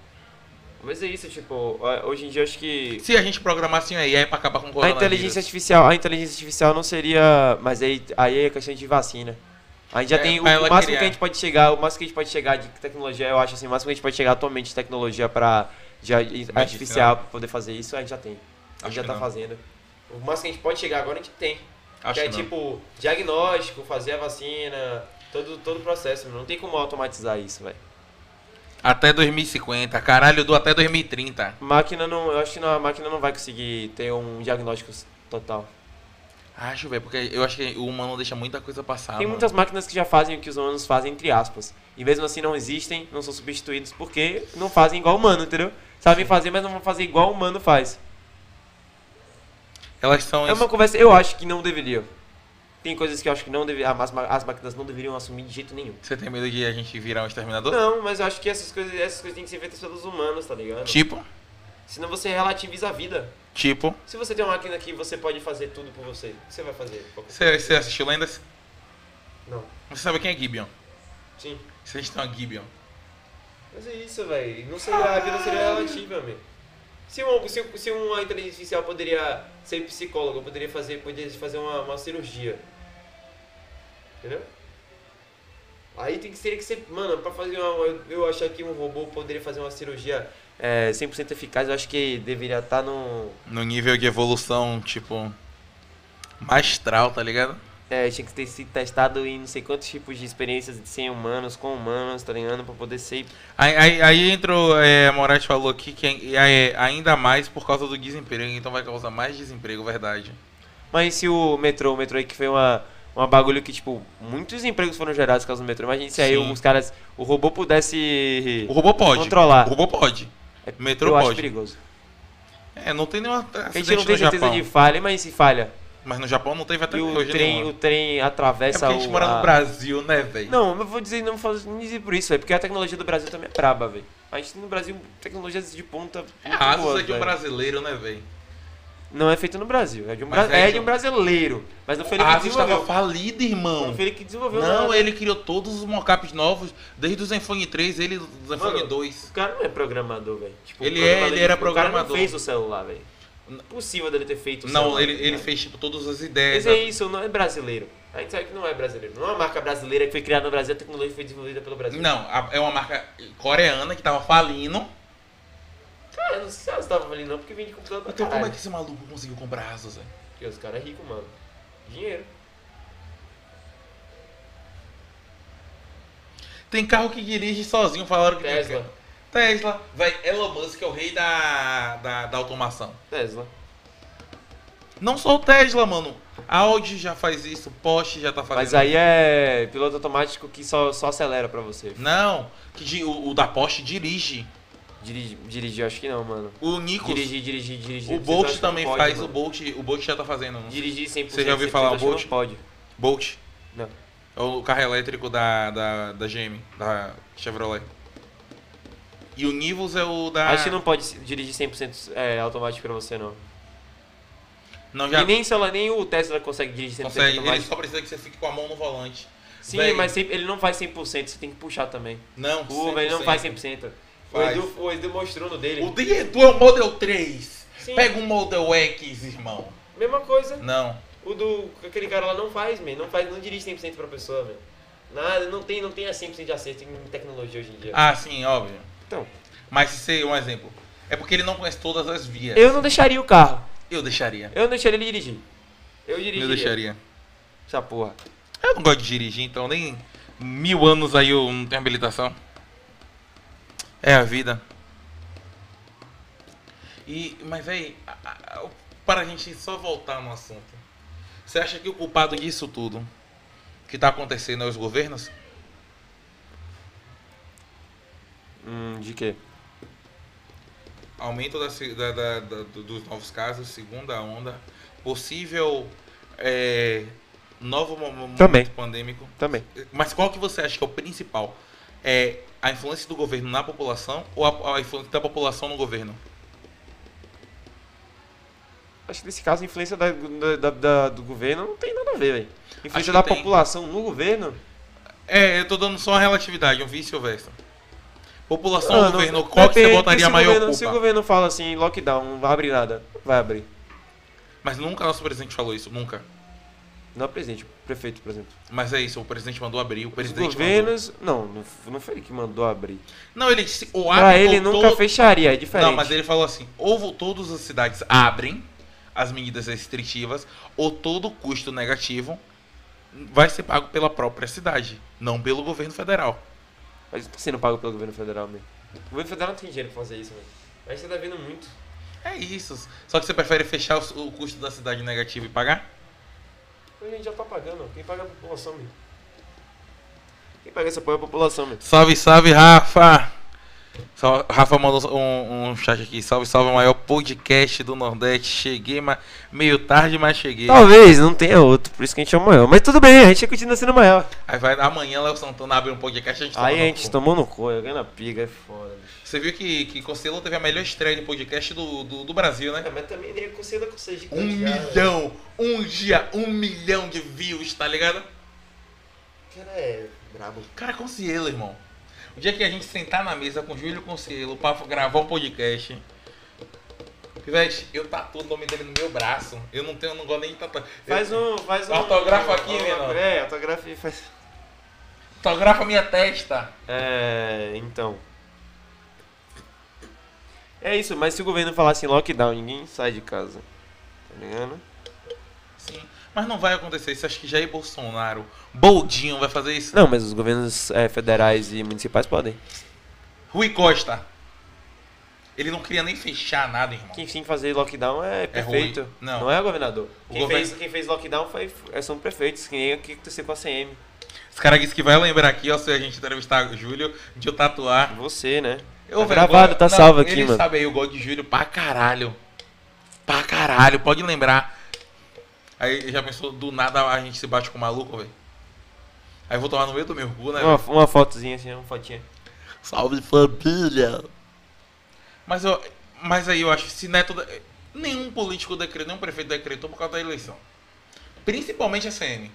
Mas é isso, tipo, a- hoje em dia eu acho que.
Se a gente programasse uma IA pra acabar com o
A
coronavírus.
inteligência artificial, a inteligência artificial não seria. Mas aí, aí é questão de vacina. A gente já
É,
tem o,
pra ela
o máximo
criar.
que a gente pode chegar, o máximo que a gente pode chegar de tecnologia, eu acho assim, o máximo que a gente pode chegar atualmente de tecnologia pra de a- artificial pra poder fazer isso, a gente já tem. A
Acho
gente já
que
tá
não.
fazendo. O máximo que a gente pode chegar agora a gente tem.
Acho
que é
que não.
tipo, diagnóstico, fazer a vacina, todo, todo o processo, não tem como automatizar isso, velho.
Até 2050. Caralho, eu dou até 2030.
Máquina não. Eu acho que não, a máquina não vai conseguir ter um diagnóstico total.
Acho, velho, porque eu acho que o humano deixa muita coisa passar.
Tem
mano.
muitas máquinas que já fazem o que os humanos fazem, entre aspas. E mesmo assim não existem, não são substituídos porque não fazem igual humano, entendeu? Sabem fazer, mas não vão fazer igual humano faz.
Elas são.
É uma conversa, eu acho que não deveriam. Tem coisas que eu acho que não deveriam. As, ma- as máquinas não deveriam assumir de jeito nenhum.
Você tem medo de a gente virar um exterminador?
Não, mas eu acho que essas coisas, essas coisas têm que ser feitas pelos humanos, tá ligado?
Tipo,
Senão você relativiza a vida.
tipo.
Se você tem uma máquina que você pode fazer tudo por você, o que você vai fazer?
Você, você assistiu Lendas?
Não.
Você sabe quem é Gibeon?
Sim.
Vocês estão a Gibeon.
Mas é isso, velho. Não seria, a vida seria relativa, meu. Se, um, se, se uma inteligência artificial poderia ser psicóloga, poderia fazer, poderia fazer uma, uma cirurgia. Entendeu? Aí tem que ser que ser. Mano, pra fazer uma. eu- Eu achar que um robô poderia fazer uma cirurgia é, 100% eficaz, eu acho que deveria estar no.
No nível de evolução, tipo. Mastral, tá ligado?
É, tinha que ter sido testado em não sei quantos tipos de experiências de sem humanos, com humanos, tá ligado? Pra poder ser.
Aí, aí, aí entra o é, Moraes falou aqui que é, é ainda mais por causa do desemprego, então vai causar mais desemprego, verdade.
Mas e se o metrô, o metrô aí que foi uma, uma bagulho que, tipo, muitos empregos foram gerados por causa do metrô. Imagina se aí
Sim.
os caras. O robô pudesse.
O robô pode.
Controlar.
O robô pode.
É,
o metrô
eu acho
pode.
perigoso.
É, não tem nenhuma
A gente
acidente
não tem
no
certeza
Japão.
de falha, mas se falha.
Mas no Japão não teve até
E o
hoje
trem,
nenhuma.
o trem
É porque
atravessa
a gente
o-
mora
a-
no Brasil, né, velho?
Não, eu vou dizer, não vou nem dizer por isso, velho, porque a tecnologia do Brasil também é braba, velho. A gente tem no Brasil tecnologias de ponta.
É
muito
raso
boas,
isso aqui um
velho.
brasileiro, né, velho?
Não é feito no Brasil, é de um,
Mas
bra-
é
é
de
de um
um-
brasileiro. Mas não foi
O
ele que
Asus
desenvolveu.
estava falido, irmão.
Não é foi ele que desenvolveu.
Não, é
nada.
ele criou todos os mockups novos, desde o Zenfone 3, ele do Zenfone
Mano,
2.
O cara não é programador, velho. Tipo, o
Ele é,
programador
ele era
O cara não
programador.
fez o celular, velho. Impossível dele ter feito o
Não,
celular,
ele,
tá
ele
ligado?
fez tipo todas as ideias.
Mas é isso, não é brasileiro. A gente sabe que não é brasileiro. Não é uma marca brasileira que foi criada no Brasil, a tecnologia foi desenvolvida pelo Brasil.
Não, a- é uma marca coreana que tava falindo.
Cara, eu É, não sei se elas estavam ali não, porque vende computador pra
Então como é
caralho.
que esse maluco conseguiu comprar Asus, velho?
Porque os caras é rico, mano. Dinheiro.
Tem carro que dirige sozinho, falaram que tem
Tesla.
carro. Tesla. Vai, Elon Musk é o rei da, da, da automação.
Tesla.
Não só o Tesla, mano. A Audi já faz isso, Porsche já tá fazendo
Mas aí é piloto automático que só, só acelera pra você.
Não, que di- o, o da Porsche dirige.
Dirigir, dirigir, eu acho que não, mano.
O Nikos,
Dirigir, dirigir, dirigir.
o
eu
Bolt
acho que não
também
pode,
faz,
mano.
o Bolt, o Bolt já tá fazendo. não sei.
Dirigir 100%.
Você já ouviu
100%,
falar
eu acho que
Bolt?
Não pode.
Bolt.
Não.
É o carro elétrico da, da, da GM, da Chevrolet. E o Nivus é o da...
Acho que não pode se- dirigir 100% é, automático pra você, não.
Não, já
E nem, sei lá, nem o Tesla consegue dirigir 100%
consegue. Ele
automático.
só precisa que você fique com a mão no volante.
Sim,
Véi.
mas sempre- ele não faz 100%, você tem que puxar também.
Não,
O velho não faz 100%.
Faz.
O, Edu, o Edu mostrou no dele.
O Edu é o Model 3.
Sim.
Pega um Model X, irmão.
Mesma coisa.
Não.
O do. Aquele cara lá não faz, man. Não faz, não dirige 100% pra pessoa, man. Nada, não tem, não tem a 100% de acerto em tecnologia hoje em dia.
Ah, sim, óbvio.
Então.
Mas se ser um exemplo. É porque ele não conhece todas as vias.
Eu não deixaria o carro.
Eu deixaria.
Eu não deixaria ele dirigir. Eu dirigiria.
Eu deixaria.
Essa porra.
Eu não gosto de dirigir, então nem mil anos aí eu não tenho habilitação. É a vida. E, mas véi, a- a- a- para a gente só voltar no assunto. Você acha que o culpado disso tudo que tá acontecendo é os governos?
Hum, de quê?
aumento da se- da- da- da- do- dos novos casos, segunda onda, possível é, novo mo- momento
Também.
pandêmico.
Também.
Mas qual que você acha que é o principal? É a influência do governo na população ou a, a influência da população no governo?
Acho que nesse caso a influência da, da- da- do governo não tem nada a ver, velho.
Acho que
Influência da
tem.
população no governo.
É, eu tô dando só uma relatividade, um vício ou verso. População
Ah,
ou
não-
governo, qual que você
depende,
botaria
se
a
o
maior
governo, Se o
culpa?
governo fala assim, lockdown, não vai abrir nada, não vai abrir.
Mas nunca nosso presidente falou isso, nunca.
Não é presidente, o prefeito, por exemplo.
Mas é isso, o presidente mandou abrir, o
Os
presidente mandou...
governos. Não, não, f- não foi ele que mandou abrir.
Não, ele disse, o
pra
hábito
ele nunca
todo-
fecharia, é diferente.
Não, mas ele falou assim: ou vo- todas as cidades abrem as medidas restritivas, ou todo custo negativo vai ser pago pela própria cidade, não pelo governo federal.
Mas não tá sendo pago pelo governo federal mesmo. O governo federal não tem dinheiro pra fazer isso, velho. A gente tá devendo muito.
É isso. Só que você prefere fechar os- o custo da cidade negativo e pagar?
A gente já tá pagando, quem paga é a população, meu. Quem paga essa porra é a população, meu.
Salve, salve, Rafa! Sal- Rafa mandou um, um chat aqui. Salve, salve, o maior podcast do Nordeste. Cheguei ma- meio tarde, mas cheguei.
Talvez não tenha outro, por isso que a gente é o maior. Mas tudo bem, a gente continua sendo maior.
Aí vai, amanhã Léo Santana abre um podcast. A gente toma
Aí
no
a gente
cu.
tomou no cu, eu ganho na piga, é foda, bicho.
Você viu que, que Costello teve a melhor estreia de podcast do, do, do Brasil, né?
É, mas também ele consegue conseguir
Um milhão, um dia, um milhão de views, tá ligado?
cara é brabo.
Cara, Concielo, irmão. O dia que a gente sentar na mesa com o Júlio Concielo pra gravar um podcast, Pivete, eu tatuo o nome dele no meu braço. Eu não tenho, não gosto nem de tatuar.
Faz
Eu-
um. Faz um.
Autografa aqui,
um-
menor.
É, autografa e faz.
Autografa minha testa.
É, então. É isso, mas se o governo falasse em lockdown, ninguém sai de casa. Tá ligado?
Sim. Mas não vai acontecer isso. Acho que Jair Bolsonaro, Boldinho, vai fazer isso.
Não, mas os governos é, federais e municipais podem.
Rui Costa. Ele não queria nem fechar nada, irmão.
Quem tem que fazer lockdown é prefeito.
ruim. Não.
é governador.
O
Quem,
governo-
fez, quem fez lockdown foi, é, são prefeitos, que nem o que aconteceu com a CM.
Os caras disse que vai lembrar aqui, ó, se a gente entrevistar o Júlio, de eu tatuar.
Você, né?
Eu,
tá
velho,
gravado,
eu-
tá
não,
salvo aqui,
ele
mano.
sabe aí, eu gosto de Júlio pra caralho. Pra caralho, pode lembrar. Aí já pensou, do nada a gente se bate com o maluco, velho. Aí eu vou tomar no meio do meu cu, né?
Uma,
velho?
uma fotozinha assim, uma fotinha.
Salve família! Mas, eu, mas aí eu acho, se Neto. de- Nenhum político decretou, nenhum prefeito decretou por causa da eleição. Principalmente a CM.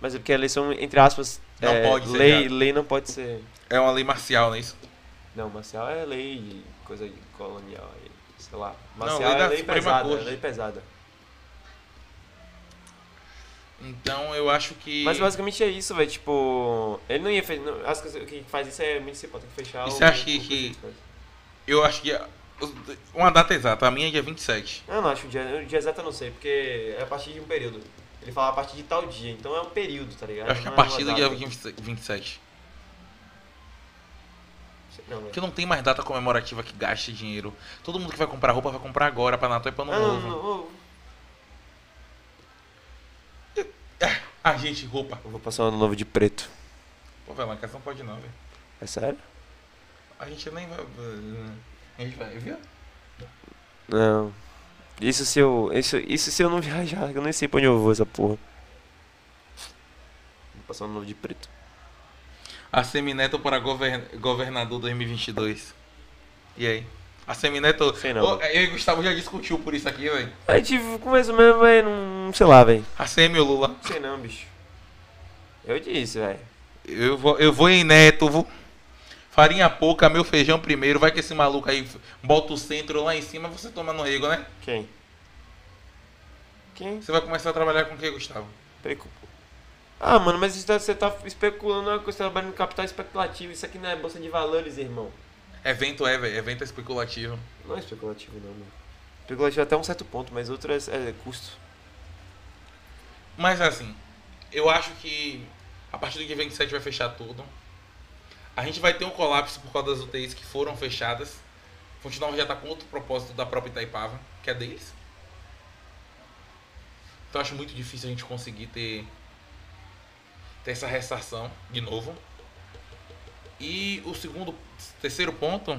Mas é porque a eleição, entre aspas,
Não
é,
pode ser,
lei,
cara.
lei não pode ser.
É uma lei marcial, não é isso?
Não, marcial é lei coisa de colonial aí, sei lá.
Não,
Marcial
lei
é
da
lei
Suprema
pesada,
Corte.
é lei pesada.
Então eu acho que.
Mas basicamente é isso, velho, tipo, ele não ia fechar, acho que o que faz isso é municipal, tem que fechar
E
o-
você acha que-
o-
que- Eu acho que. Uma data exata, a minha é dia 27.
Eu não acho o dia, o dia exato eu não sei, porque é a partir de um período. Ele fala a partir de tal dia, então é um período, tá ligado?
Eu acho que a
Não
partir do
uma
dia
data.
20 27.
Não, velho.
Porque não tem mais data comemorativa que gaste dinheiro. Todo mundo que vai comprar roupa vai comprar agora, pra Natal e pra Ano
Ah, não,
Novo.
não, não,
Ah, gente, roupa.
Eu vou passar o ano novo de preto.
Pô, velho, lá em casa não pode não, velho.
É sério?
A gente nem vai. A gente vai, viu?
Não. Isso se eu. Isso, isso se eu não viajar, que eu nem sei pra onde eu vou essa porra. Vou passar um novo de preto.
A Semineto para govern- governador 2022. E aí? A Semineto.
Sei não.
Ô, eu e Gustavo já discutiu por isso aqui, velho.
A gente tipo, começo mesmo, velho, não. sei lá, velho.
A Semi ou Lula.
Não sei não, bicho. Eu disse, velho.
Eu vou, eu vou em Neto, vou. Farinha pouca, meu feijão primeiro. Vai que esse maluco aí bota o centro lá em cima, você toma no rego, né?
Quem? Quem?
Você vai começar a trabalhar com o que, Gustavo?
Precu- Ah, mano, mas isso tá- você tá especulando uma coisa, você trabalha no capital especulativo. Isso aqui não é bolsa de valores, irmão.
Evento é, velho. Evento é especulativo.
Não é especulativo, não, mano. Especulativo até um certo ponto, mas outro é, é custo.
Mas assim, eu acho que a partir do dia 27 vai fechar tudo. A gente vai ter um colapso por causa das UTIs que foram fechadas. Fonte Nova já tá com outro propósito da própria Itaipava, que é deles. Então eu acho muito difícil a gente conseguir ter, ter essa restação de novo. E o segundo, terceiro ponto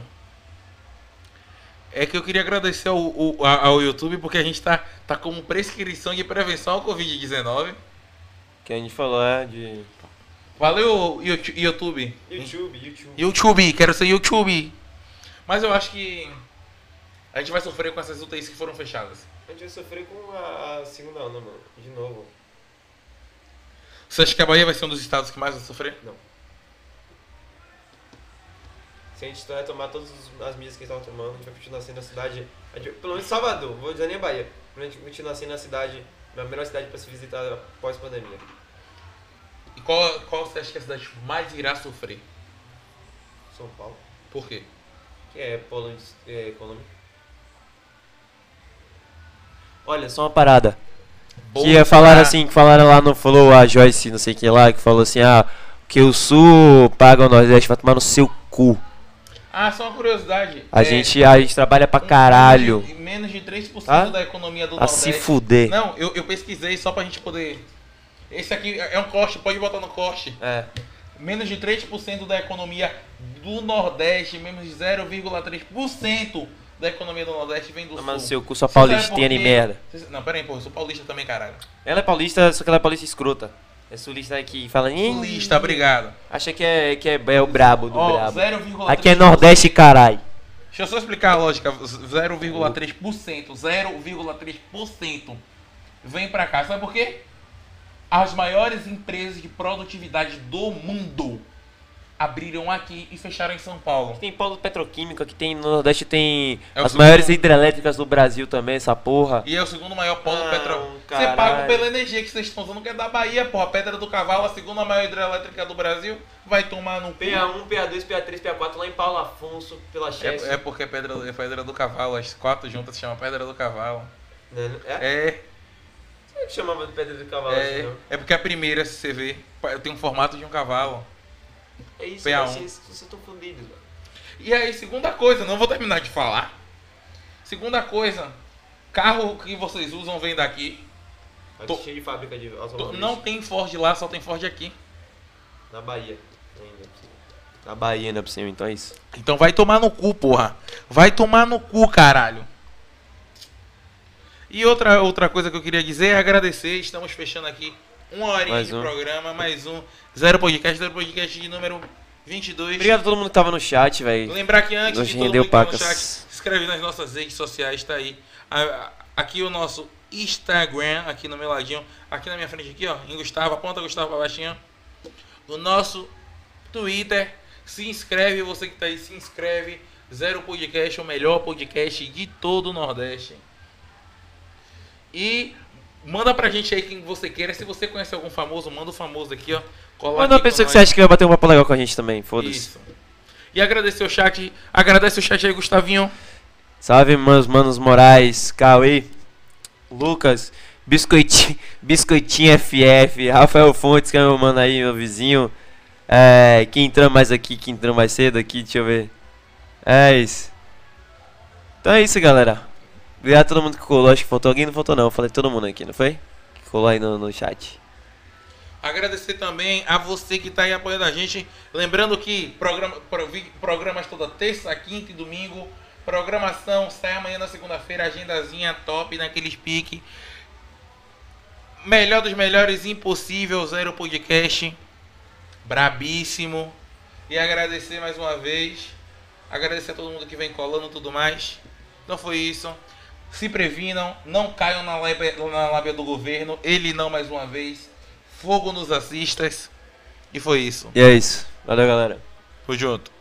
é que eu queria agradecer ao, ao, ao YouTube porque a gente tá, tá como prescrição de prevenção ao Covid-19.
Que a gente falou é de.
Valeu, Youtu- YouTube.
YouTube, YouTube.
YouTube, quero ser YouTube. Mas eu acho que a gente vai sofrer com essas UTIs que foram fechadas.
A gente vai sofrer com a a segunda onda, mano. De novo.
Você acha que a Bahia vai ser um dos estados que mais vai sofrer?
Se a gente to- tomar todas os- as medidas que a gente tava tomando, a gente vai continuar sendo a cidade. a gente- pelo menos Salvador, vou dizer nem a Bahia. A gente vai continuar sendo a cidade, a melhor cidade pra se visitar após pandemia.
E qual, qual você acha que é a cidade mais irá sofrer?
São Paulo,
Por quê?
que é polo indus- é, econômico. Olha, só uma parada. Que
Bolsonaro-
é, falaram assim, que falaram lá no Flow, a Joyce, não sei quem lá, que falou assim, ah, que o Sul paga o Nordeste, vai tomar no seu cu.
Ah, só uma curiosidade.
A,
É,
gente, a gente trabalha pra
um-
caralho.
de- Menos de 3%
Tá?
da economia do
A se
Nordeste.
fuder.
Não, eu, eu pesquisei só pra gente poder. Esse aqui é um corte, pode botar no corte.
É.
Menos de 3% da economia do Nordeste, menos de 0,3% da economia do Nordeste vem do
Tomar no
Sul.
Ah, seu cu, sua
Você sabe
paulistinha
por
de
quê?
merda.
Você- Não, pera aí, pô, eu sou paulista também, caralho.
Ela é paulista, só que ela é paulista escrota. É sulista que fala. "Ih",
Paulista, obrigado.
Acha que é, que é, é o brabo do
Ó,
brabo.
0,3%.
Aqui é Nordeste, carai.
Deixa eu só explicar a lógica. 0,3%. 0,3% vem pra cá. Sabe por quê? As maiores empresas de produtividade do mundo abriram aqui e fecharam em São Paulo.
Tem polo petroquímico, aqui tem no Nordeste tem
É o
as
segundo-
maiores hidrelétricas do Brasil também, essa porra.
E é o segundo maior polo
Ah,
do petróleo. Você
caralho.
paga pela energia que vocês estão usando, que é da Bahia, porra. Pedra do Cavalo, a segunda maior hidrelétrica do Brasil, vai tomar no cu.
PA1, PA2, PA3, PA4 lá em Paulo Afonso, pela Chess. Né?
É, é porque é pedra, é pedra do Cavalo, as quatro juntas se chama Pedra do Cavalo.
É?
É,
Como é que chamava de Pedra do Cavalo assim,
é,
não?
é porque a primeira, se você vê, tem um formato de um cavalo.
É isso,
PA1.
vocês, vocês estão fundidos, velho.
E aí, segunda coisa, não vou terminar de falar. Segunda coisa, carro que vocês usam vem daqui.
Tá
Tô-
cheio de fábrica de
Tô-
automóveis.
Não tem Ford lá, só tem Ford aqui.
Na Bahia. Ainda por cima. Na Bahia ainda por cima, então é isso.
Então vai tomar no cu, porra. Vai tomar no cu, caralho. E outra, outra coisa que eu queria dizer é agradecer. Estamos fechando aqui uma horinha
Mais
de
um.
programa, mais um. Zero podcast, zero podcast de número 22.
Obrigado a todo mundo que tava no chat, velho.
Lembrar que antes
Nos
de todo mundo
rendeu
que tá no
pacas.
chat, se inscreve nas nossas redes sociais, tá aí. A- a- Aqui o nosso Instagram, aqui no meu ladinho, aqui na minha frente aqui, ó, em Gustavo, aponta Gustavo pra baixinho. O nosso Twitter, se inscreve, você que tá aí, se inscreve. Zero Podcast, o melhor podcast de todo o Nordeste. E manda pra gente aí quem você queira. Se você conhece algum famoso, manda o famoso aqui, ó. Cola
Manda uma
aqui com
pessoa que
nós.
você acha que vai bater um papo legal com a gente também, foda-se.
Isso. E agradecer o chat. Agradece o chat aí, Gustavinho.
Salve, meus manos Moraes, Cauê, Lucas, Biscoitinho, Biscoitinho FF, Rafael Fontes, que é meu mano aí, meu vizinho. É, quem entrou mais aqui, quem entrou mais cedo aqui, deixa eu ver. É isso. Então é isso, galera. Obrigado a todo mundo que colou, acho que faltou alguém, não faltou não, eu falei todo mundo aqui, não foi? Que colou aí no, no chat.
Agradecer também a você que tá aí apoiando a gente. Lembrando que programa, pro- vi- programas toda terça, quinta e domingo. Programação sai amanhã na segunda-feira. Agendazinha top naqueles pique. Melhor dos melhores, impossível. Zero podcast. Brabíssimo. E agradecer mais uma vez. Agradecer a todo mundo que vem colando e tudo mais. Então foi isso. Se previnam, não caiam na lábia, na lábia do governo. Ele não mais uma vez. Fogo nos assistas. E foi isso.
E é isso. Valeu, galera.
Foi junto.